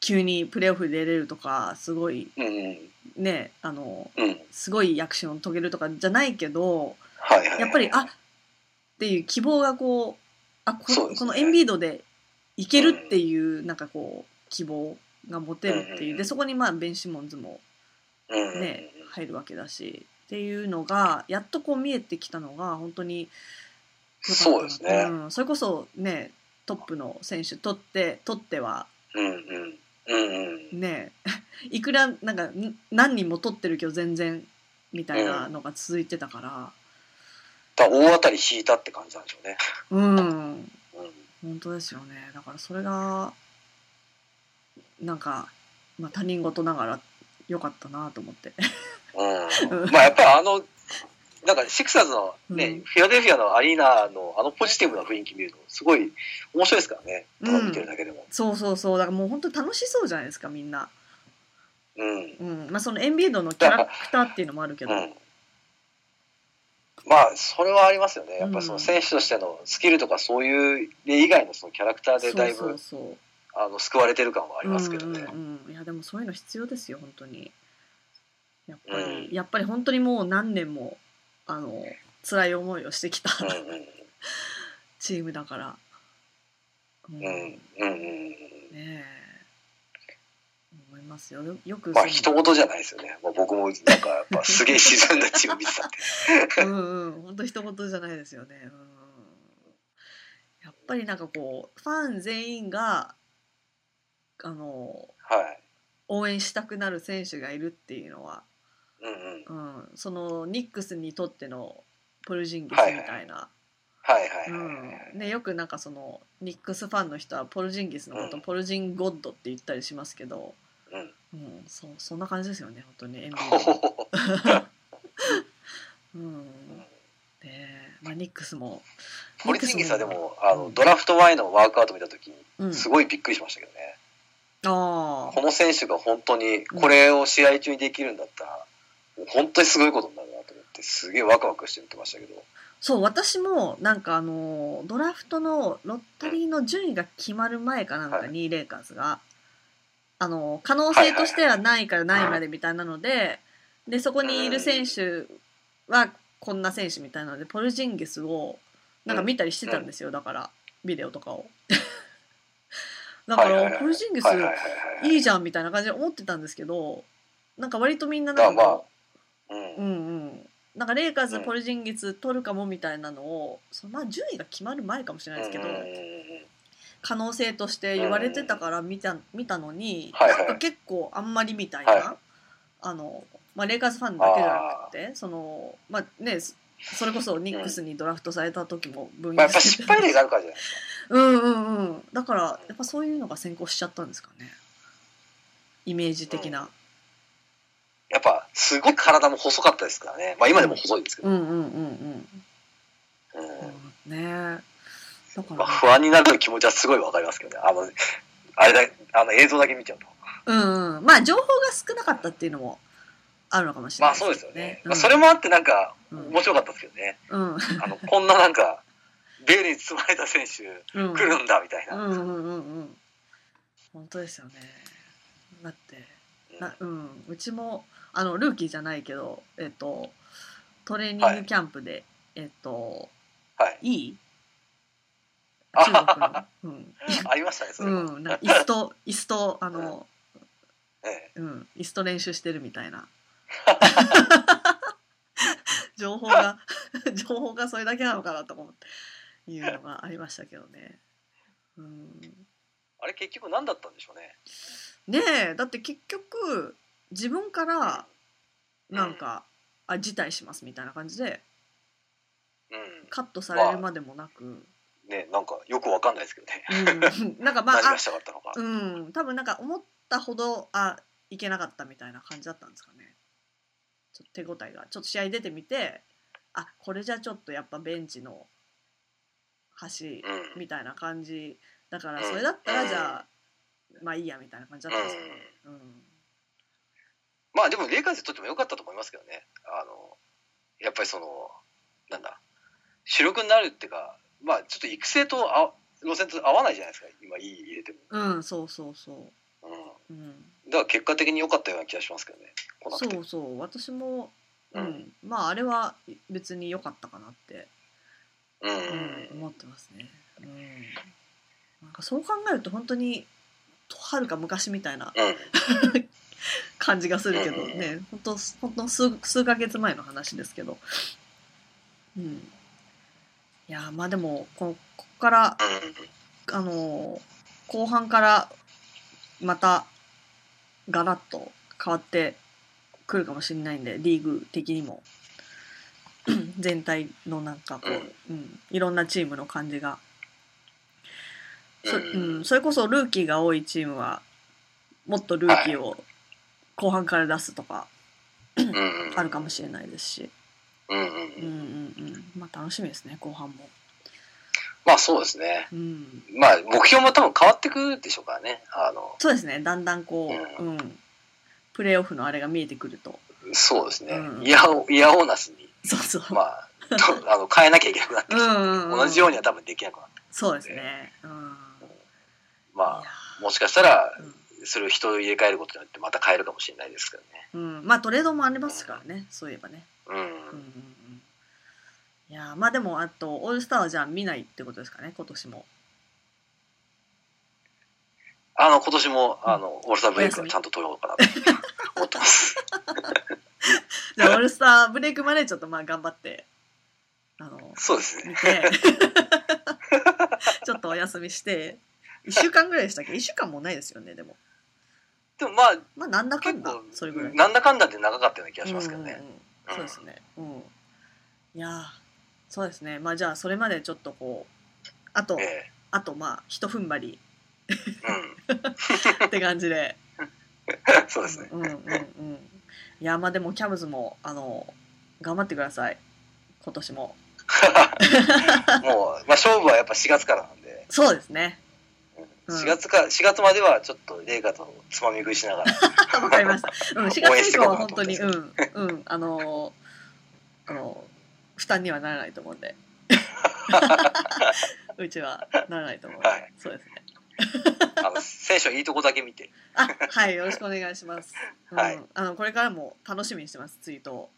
急にプレーオフ出れるとかすごいうんうん。ねあのーうん。すごいアクションを遂げるとかじゃないけどはいはいはい。やっぱりあっていう希望がこうあこそうのですこねのエンビードでいけるっていうなんかこう希望が持てるってうんういんうでそこにまあベン・シモンズもうんうんね、入るわけだしっていうのがやっとこう見えてきたのが本当に良かったなそうですね。うん、それこそねトップの選手取って取ってはうんうん。うんうん。ね いくらなんかん何人も取ってるけど全然みたいなのが続いてたかだから大当たり引いたって感じなんでしょうね。らうんうん。本当ですよねだからそれがなんか、まあ、他人事ながら良かったなと思って。 うんまあやっぱりあの、なんかシクサーズのね、うんフィラデルフィアのアリーナのあのポジティブな雰囲気見ると、すごい面白いですからね、ただ見てるだけでも。そうそうそうだからもう本当楽しそうじゃないですかみんな。うん。うん。うん、まあそのエンビードのキャラクターっていうのもあるけ ど、まあ、それはありますよね。やっぱその選手としてのスキルとかそういうね以外のそのキャラクターでだいぶそうそうあの救われてる感はそうありますけどね。うんうん、いやでもそういうの必要ですよ本当にやっぱり、うやっぱり本当にもう何年もあの辛い思いをしてきたうん チームだから、うんうんうんねうんうんえ思いますよよよくまあ、そ人の事じゃないですよね。まあ、僕もなんか、やっぱすげえ沈んだチーム見てたんで。うんうん本当一言じゃないですよね、うん、やっぱりなんかこうファン全員があのはい。応援したくなる選手がいるっていうのは、うんうん。うん、そのニックスにとってのプルジンギスみたいな、はいはいはいはい。うん、でよくなんかそのニックスファンの人はポルジンギスのこと、うんポルジンゴッドって言ったりしますけど、うんうん、そうそんな感じですよね本当 に NBA ほほうんでまあ、ニックスも、ポリティンギスはでもあうのんドラフト前のワークアウト見た時うん、すごいびっくりしましたけどね、あこの選手が本当にこれを試合中にできるんだったら、本当にすごいことになるなと思ってすげえワクワクして見てましたけどあそう私もなんかあのドラフトのロッタリーの順位が決まる前かなんかに、レイカーズがあの可能性としてはないからないまでみたいなので、でそこにいる選手はこんな選手みたいなのでポルジンギスをなんか見たりしてたんですよ、だからビデオとかを。だから、はいはいはいポルジンギス、はいはいはいはいいいじゃんみたいな感じで思ってたんですけどなんか割とみんななんかまあこまうあううんんうん、なんかレイカーズ、うんポルジンギス取るかもみたいなのをそのまあ順位が決まる前かもしれないですけど、うんうんうんうん可能性として言われてたから見た,、見たのに、はいはいなんか結構あんまりみたいな、はいあのまあ、レイカーズファンだけじゃなくてその、まあね、そそれこそニックスにドラフトされた時も分まあ、野やっぱ失敗例があるからじゃないですかうんうんうんだからやっぱそういうのが先行しちゃったんですかねイメージ的な。やっぱすごい体も細かったですからねまあ今でも細いですけど、うんうんうんうんうん、ねだかまらあ、不安になる気持ちはすごいわかりますけどねあのあれだあの映像だけ見ちゃうとうんうん、まあ情報が少なかったっていうのもあるのかもしれなまあいそうですよね、うんまあ、それもあってなんかうん面白かったですけどね、うんあのこんななんかベールに包まれた選手うん来るんだみたいな、うんうんうんうん本当ですよねだってな、うん、うちもあのルーキーじゃないけど、えっとトレーニングキャンプで、えっとはいいいあ中国の、うんありましたねそれは、うん、なんか椅子と椅子とあの、ええうん、椅子と練習してるみたいな 情報が 情報がそれだけなのかなと思っていうのがありましたけどね。うん、あれ結局何だったんでしょうね。ねえだって結局自分からなんか、あ辞退しますみたいな感じでうん。カットされるまでもなく、ね、なんかよくわかんないですけどね。うん、なんかまあ何あがしたかったのか。うん多分なんか思ったほどあいけなかったみたいな感じだったんですかねちょっと手応えがちょっと試合出てみてあこれじゃちょっとやっぱベンチの端うん。みたいな感じだからうんそれだったらじゃあまあいいやみたいな感じだったんですかねまあでもレイカーズにとっても良かったと思いますけどね。あの、やっぱりその、なんだ、主力になるっていうか、まあちょっと育成とあ路線と合わないじゃないですか。今いい入れても。うん、うん、そうそうそうん。ううんだから結果的に良かったような気がしますけどね。来なくてそうそう私もううんん、まああれは別に良かったかなって、うんううんん、思ってますね、うん、なんかそう考えると本当にはるか昔みたいなうん感じがするけどうんね本当本当数数ヶ月前の話ですけどうんいやーまあでもここっからあのー後半からまたガラッと変わってくるかもしれないんでリーグ的にも全体のなんかこう、うん、いろんなチームの感じがそ,、ううんん、それこそルーキーが多いチームはもっとルーキーを後半から出すとかうんうんあるかもしれないですし、うんうんううんうんんうん、まあ楽しみですね後半も。まあそうですね。うんまあ目標も多分変わってくるでしょうからね。あの、そうですねだんだんこう、うんプレーオフのあれが見えてくるとそうですねう。んイヤオイヤオーナスに、そうそう、まあ、とあの変えなきゃいけなくなってきて、 うん同じようにはは多分できなくなって、そうですね、うん、まあ、いもしかしたらや、それを人を入れ替えることによってまた変えるかもしれないですけどね。うん、まあトレードもありますからねそういえばね、うん。うんうんうん、いやーまあでもあとオールスターはじゃあ見ないってことですかね今年もあの、今年も、あの、オールスターブレイクはちゃんと取ろうかなと思ってます。じゃあオールスターブレイクまでちょっとまあ頑張ってあのそうですね。見 てちょっとお休みして1週間ぐらいでしたっけ1週間もないですよねでもでもまあ、まあなんだか結んだ構それぐらい、なんだかんだで長かったような気がしますけどね。うんうんうんそうですね。うん。いやー、そうですね。まあじゃあそれまでちょっとこう、あと、えあとまあひと踏ん張りえって感じで。うん。そうですね。 うんうんうん。いやーまあでもキャブズもあの頑張ってください。今年も。もう、まあ、勝負はやっぱ4月からなんで、そうですね。うん4月か、4月まではちょっとレイカとつまみ食いしなが ら。わかりました。うん、4 応援月し以て降こうはかな本と当思ってにうんうんあのーあのー負担にはならないと思うん で。うちはならないと思うんで。はいそうですね。あの、選手はいいとこだけ見て。あ、はい、よろしくお願いします。うんはいあの、これからも楽しみにしてます、ツイートを。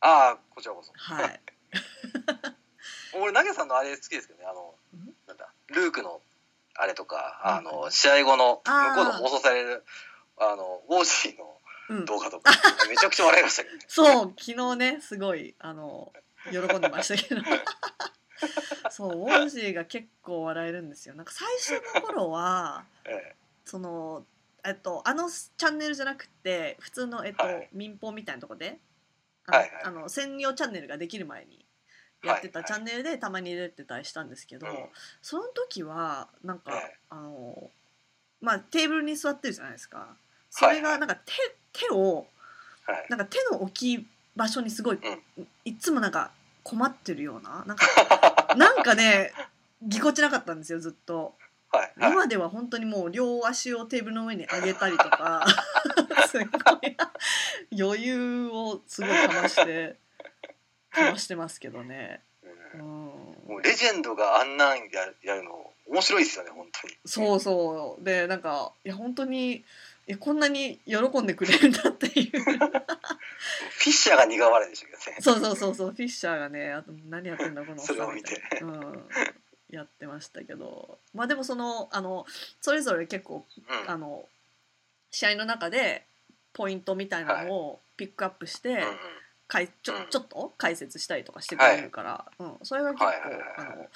ああ、こちらこそ。 はい。俺、投げさんのあれ好きですけどね、あのん、なんだ、ルークのあれとか、あうんうの、ん試合後の、あー向こうで放送される、あの、ウォージーのうん。動画と か、めちゃくちゃ笑いましたけどね。そう、昨日ね、すごい、あの、喜んでました けど。そう、ウォージーが結構笑えるんですよ。なんか最初の頃は、えその、えっと、あのチャンネルじゃなくて、普通の、えっと、はい民放みたいなとこで。あのはいはいあの専用チャンネルができる前に。やってたはいチャンネルでたまに出てたりしたんですけえど、その時はなんか、ええあのまあテーブルに座ってるじゃないですかそれがなんか手,、手をうんはい。なんか手の置き場所にすごい、いつもなんか困ってるようななんか なんかねぎこちなかったんですよずっとはい。はい。今では本当にもう両足をテーブルの上に上げたりと かすごい余裕をすごいかましてかましてますけどね。うんうんもうレジェンドがあんなんやるやるの面白いですよね本当にそうそうでなんかいや本当にえこんなに喜んでくれるんだっていうフィッシャーが苦笑いでしたけどねそうそうそうそうフィッシャーがねあと何やってんだこのおっさんそれを見て みたいなうん、やってましたけどまあでもそのあのそれぞれ結構うんあの試合の中でポイントみたいなのをピックアップして、うんうんかいちょうんちょっと解説したりとかしてくれるから、うん、それが結構、はいはいはいはいあの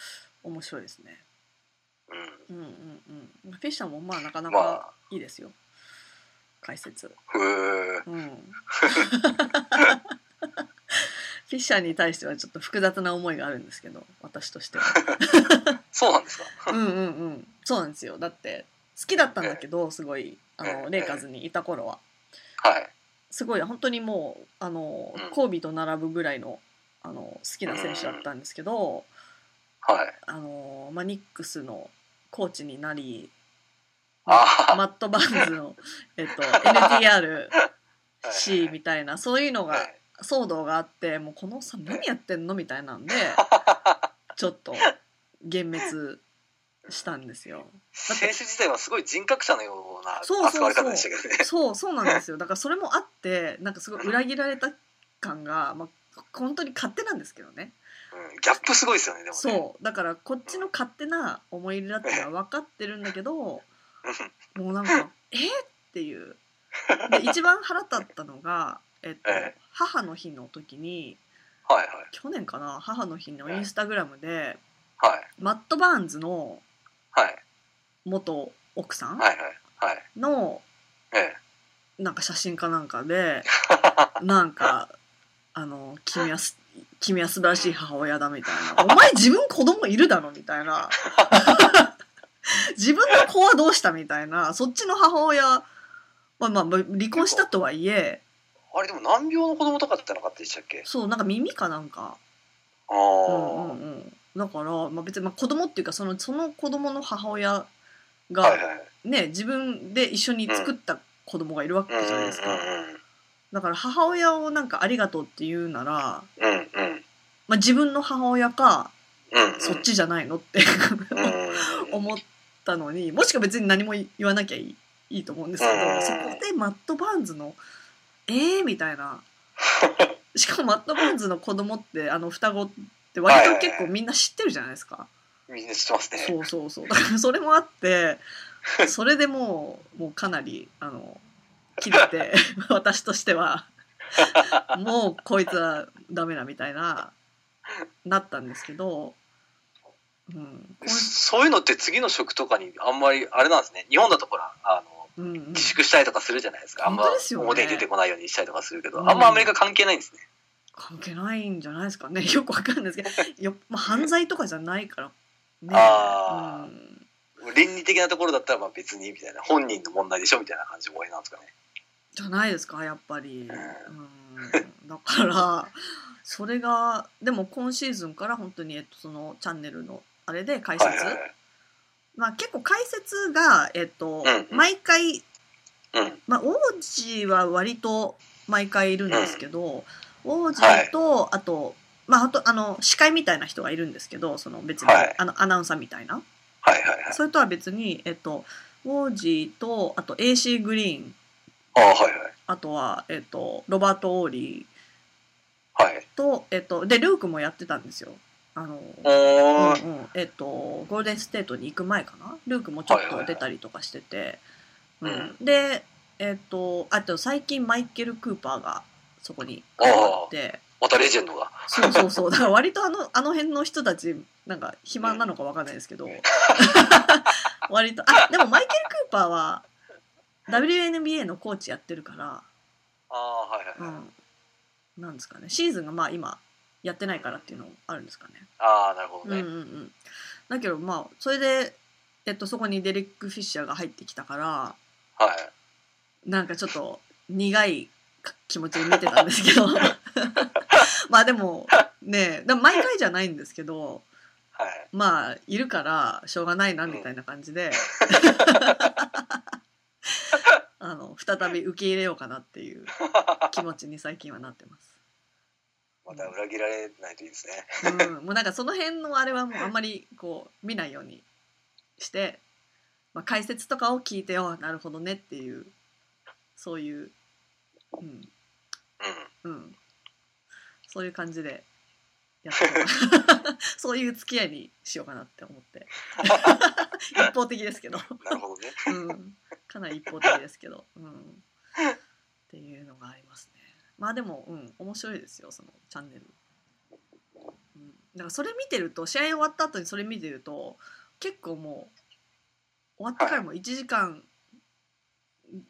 面白いですね。うんうんうん。フィッシャーもまあなかなまかあいいですよ。解説。うん。へえ。うん。フ ィッシャーに対してはちょっと複雑な思いがあるんですけど、私として は。そうなんですか。うんうんうん。そうなんですよ。だって好きだったんだけど、すごいあえのえレイカーズにいた頃は。はい。すごい本当にもうあの、うんコービーと並ぶぐらいのあの好きな選手だったんですけど、はい。あのまあ、ニックスのコーチになりあマット・バーンズ の、えっと、NTRC あ。はいみたいなそういうのはがい。騒動があってもうこのさ何やってんのみたいなんでちょっと幻滅したんですよ。選手自体はすごい人格者のようなそうそうそう扱われ方でしたけどね。そうそうなんですよだからそれもあってなんかすごい裏切られた感が、まあ、本当に勝手なんですけどね。うんギャップすごいですよね、でもね。そうだからこっちの勝手な思い入れだってのは分かってるんだけどもうなん か「えっ?」っていうで一番腹立ったのが、えっとええ、母の日の時にはいはい。去年かな母の日のインスタグラムではい。マット・バーンズのはい。元奥さんはいはい。はい。のええ。なんか写真かなんか でなんかあの君はす君は素晴らしい母親だみたいな。お前自分子供いるだろみたい な。自分の子はどうしたみたいな。そっちの母親は、まあまあ、離婚したとはいえ、あれでも難病の子供とかってなかったでしたっけそう、なんか耳かなんか。あうんうんうあ。ん。だから、まあ別に、まあ、子供っていうか、その、その子供の母親が、はいはい。ね、自分で一緒に作った子供がいるわけうんうんじゃないですか。だから母親をなんかありがとうって言うなら、うんうん。うんうん。まあ自分の母親か、うんうん。そっちじゃないのってうん思ったのにもしくは別に何も言わなきゃいいいいと思うんですけど、うんそこでマット・バーンズの「えー」みたい なしかもマット・バーンズの子供ってあの双子って割と結構みんな知ってるじゃないですか、みんな知ってますね。そうそうそうだから それもあってそれでもうもうかなりあの切れて 私としてはもうこいつはダメだみたいななったんですけど、うん、こそういうのって次の職とかにあんまりあれなんですね。日本だとほら、あの、ううんうん自粛したりとかするじゃないですか。あんま本当ですよね表に出てこないようにしたりとかするけど、うんあんまアメリカ関係ないんですね。関係ないんじゃないですかねよくわかんないですけどよ、まあ、犯罪とかじゃないからねあうん、倫理的なところだったらまあ別にみたいな、本人の問題でしょみたいな感じも終わりなんですかね。じゃないですかやっぱり、うん、だからそれがでも今シーズンから本当にえっとそのチャンネルのあれで解説、はいはいはい。まあ、結構解説が、えっとうんうん毎回、うん。まあ、王子は割と毎回いるんですけど、王子と、あと,、まあ、あとあの司会みたいな人がいるんですけどその別に、はいあのアナウンサーみたいな。はいはいはい。それとは別に、えっと、ウォージーと、あと AC グリーン、ああ、はいはい。あとは、えっと、ロバート・オーリはい。ーと、えっと、で、ルークもやってたんですよ。あの、うんおー。うん、えっと、ゴールデンステートに行く前かな。ルークもちょっはいはいはとい出たりとかしてて。ううんん、で、えっと、あと最近マイケル・クーパーがそこにあ加ーわって、またレジェンドが。そうそうそう。だから割とあの、あの辺の人たち、なんか暇なのかわかんないですけど、 割と、あ、でもマイケル・クーパーは、WNBA のコーチやってるかああ、はいはいら、うはい。ん。なんですかね。シーズンがまあ今、やってないからっていうのもあるんですかね。ああ、なるほうんどうね。んうん。だけどまあ、それで、えっと、そこにデレック・フィッシャーが入ってきたから、はい。なんかちょっと苦い気持ちで見てたんですけど、まあでも、ねでも毎回じゃないんですけど、はい。まあいるからしょうがないなみたいな感じで、あの再び受け入れようかなっていう気持ちに最近はなってます。また裏切られないといいですね。うん、もうなんかその辺のあれはもうあんまりこう見ないようにして、まあ、解説とかを聞いてよなるほどねっていうそういう、うんううん、そういう感じでやってますそういう付き合いにしようかなって思って。一方的ですけど、ん。なるほどね。 うん、かなり一方的ですけど、うん、っていうのがありますねまあでも、うん、面白いですよそのチャンネル、うん、だからそれ見てると試合終わった後にそれ見てると結構もう終わってからも1時間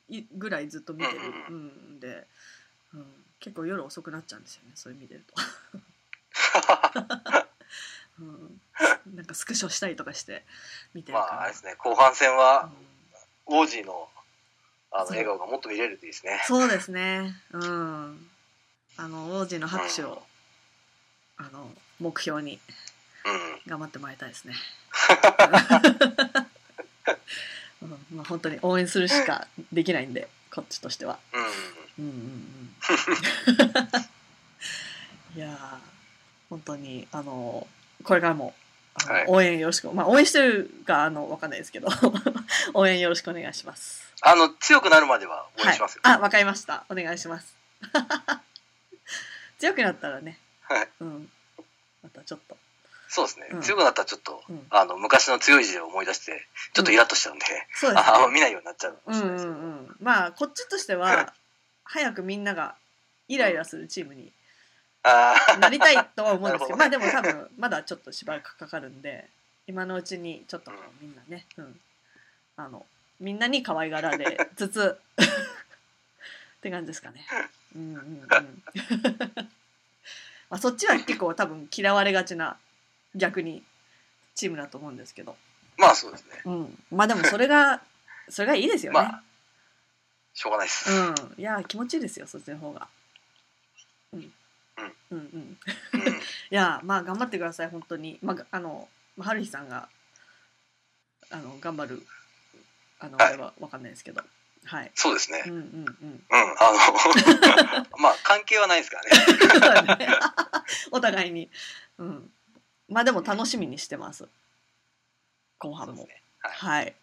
いぐらいずっと見てる、ううん、で、うん、結構夜遅くなっちゃうんですよねそれ見てると、うん、なんかスクショしたりとかして見てるまかあ、あれらですね、後半戦は、うんウォージーの、あその、う笑顔がもっと見れるといいですね。そうですね。うん。あの王子の拍手を、あの目標にうん。頑張ってもらいたいです ね。うん、まあ本当に応援するしかできないんで、こっちとしては。ううん。ん うんうん。いやー本当にあのこれからも。あのはい応援よろしく、まあ、応援してるかあのわかんないですけど 応援よろしくお願いします。あの、強くなるまでは応援しますよ。はい、あ、わかりました。お願いします。 強くなったらね。はい。うん。またちょっと。そうですねうん。強くなったらちょっとうん、あの、昔の強い字を思い出して、ちょっとイラッとしちゃうんで、そうですね。ああ、見ないようになっちゃうかもうんしれうないですけど。んうん。まあこっちとしては早くみんながイライラするチームにああ、なりたいとは思うんですけど、まあでなるも多分まだちょっとしばらくかかるんで、今のうちにちょっとこうみんなね、うん、あのみんなに可愛がられつつって感じですかね。うんうんうん。 まあそっちは結構多分嫌われがちな逆にチームだと思うんですけど、まあそうですね。うん、まあでもそれがそれがいいです よね。まあ、しょうがないです。うん、いや気持ちいいですよそっちの方が。うん、うんうん。うんいやまあ頑張ってください本当にまあがあのまあ春日さんがあの頑張るあの、はいあれはわかんないですけどはいそうですねう。んうんうん うん、あの、ま あ関係はないですからね。そうだねお互いにうんまあでも楽しみにしてます後そう半ですも、ね。はい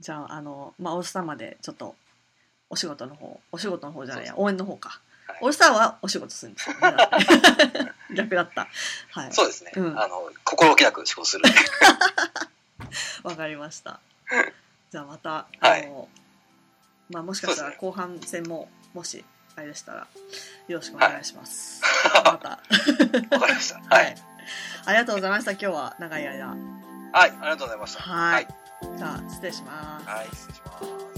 じゃああのまあオールスターまでちょっとお仕事の方お仕事の方じゃないや応援の方か、はいオールスターはお仕事するん ですよ、ね、逆だったはいそうですね。うんあの、心置きなく思考する。わかりました。じゃあまた、はいあの、まあもしかしたらそうですね後半戦も、もし、あれでしたら、よろしくお願いします。また。わかりました。ははいい。。ありがとうございました。今日は長い間。はい、ありがとうございました。はいはい。じゃあ、失礼します。はい、失礼します。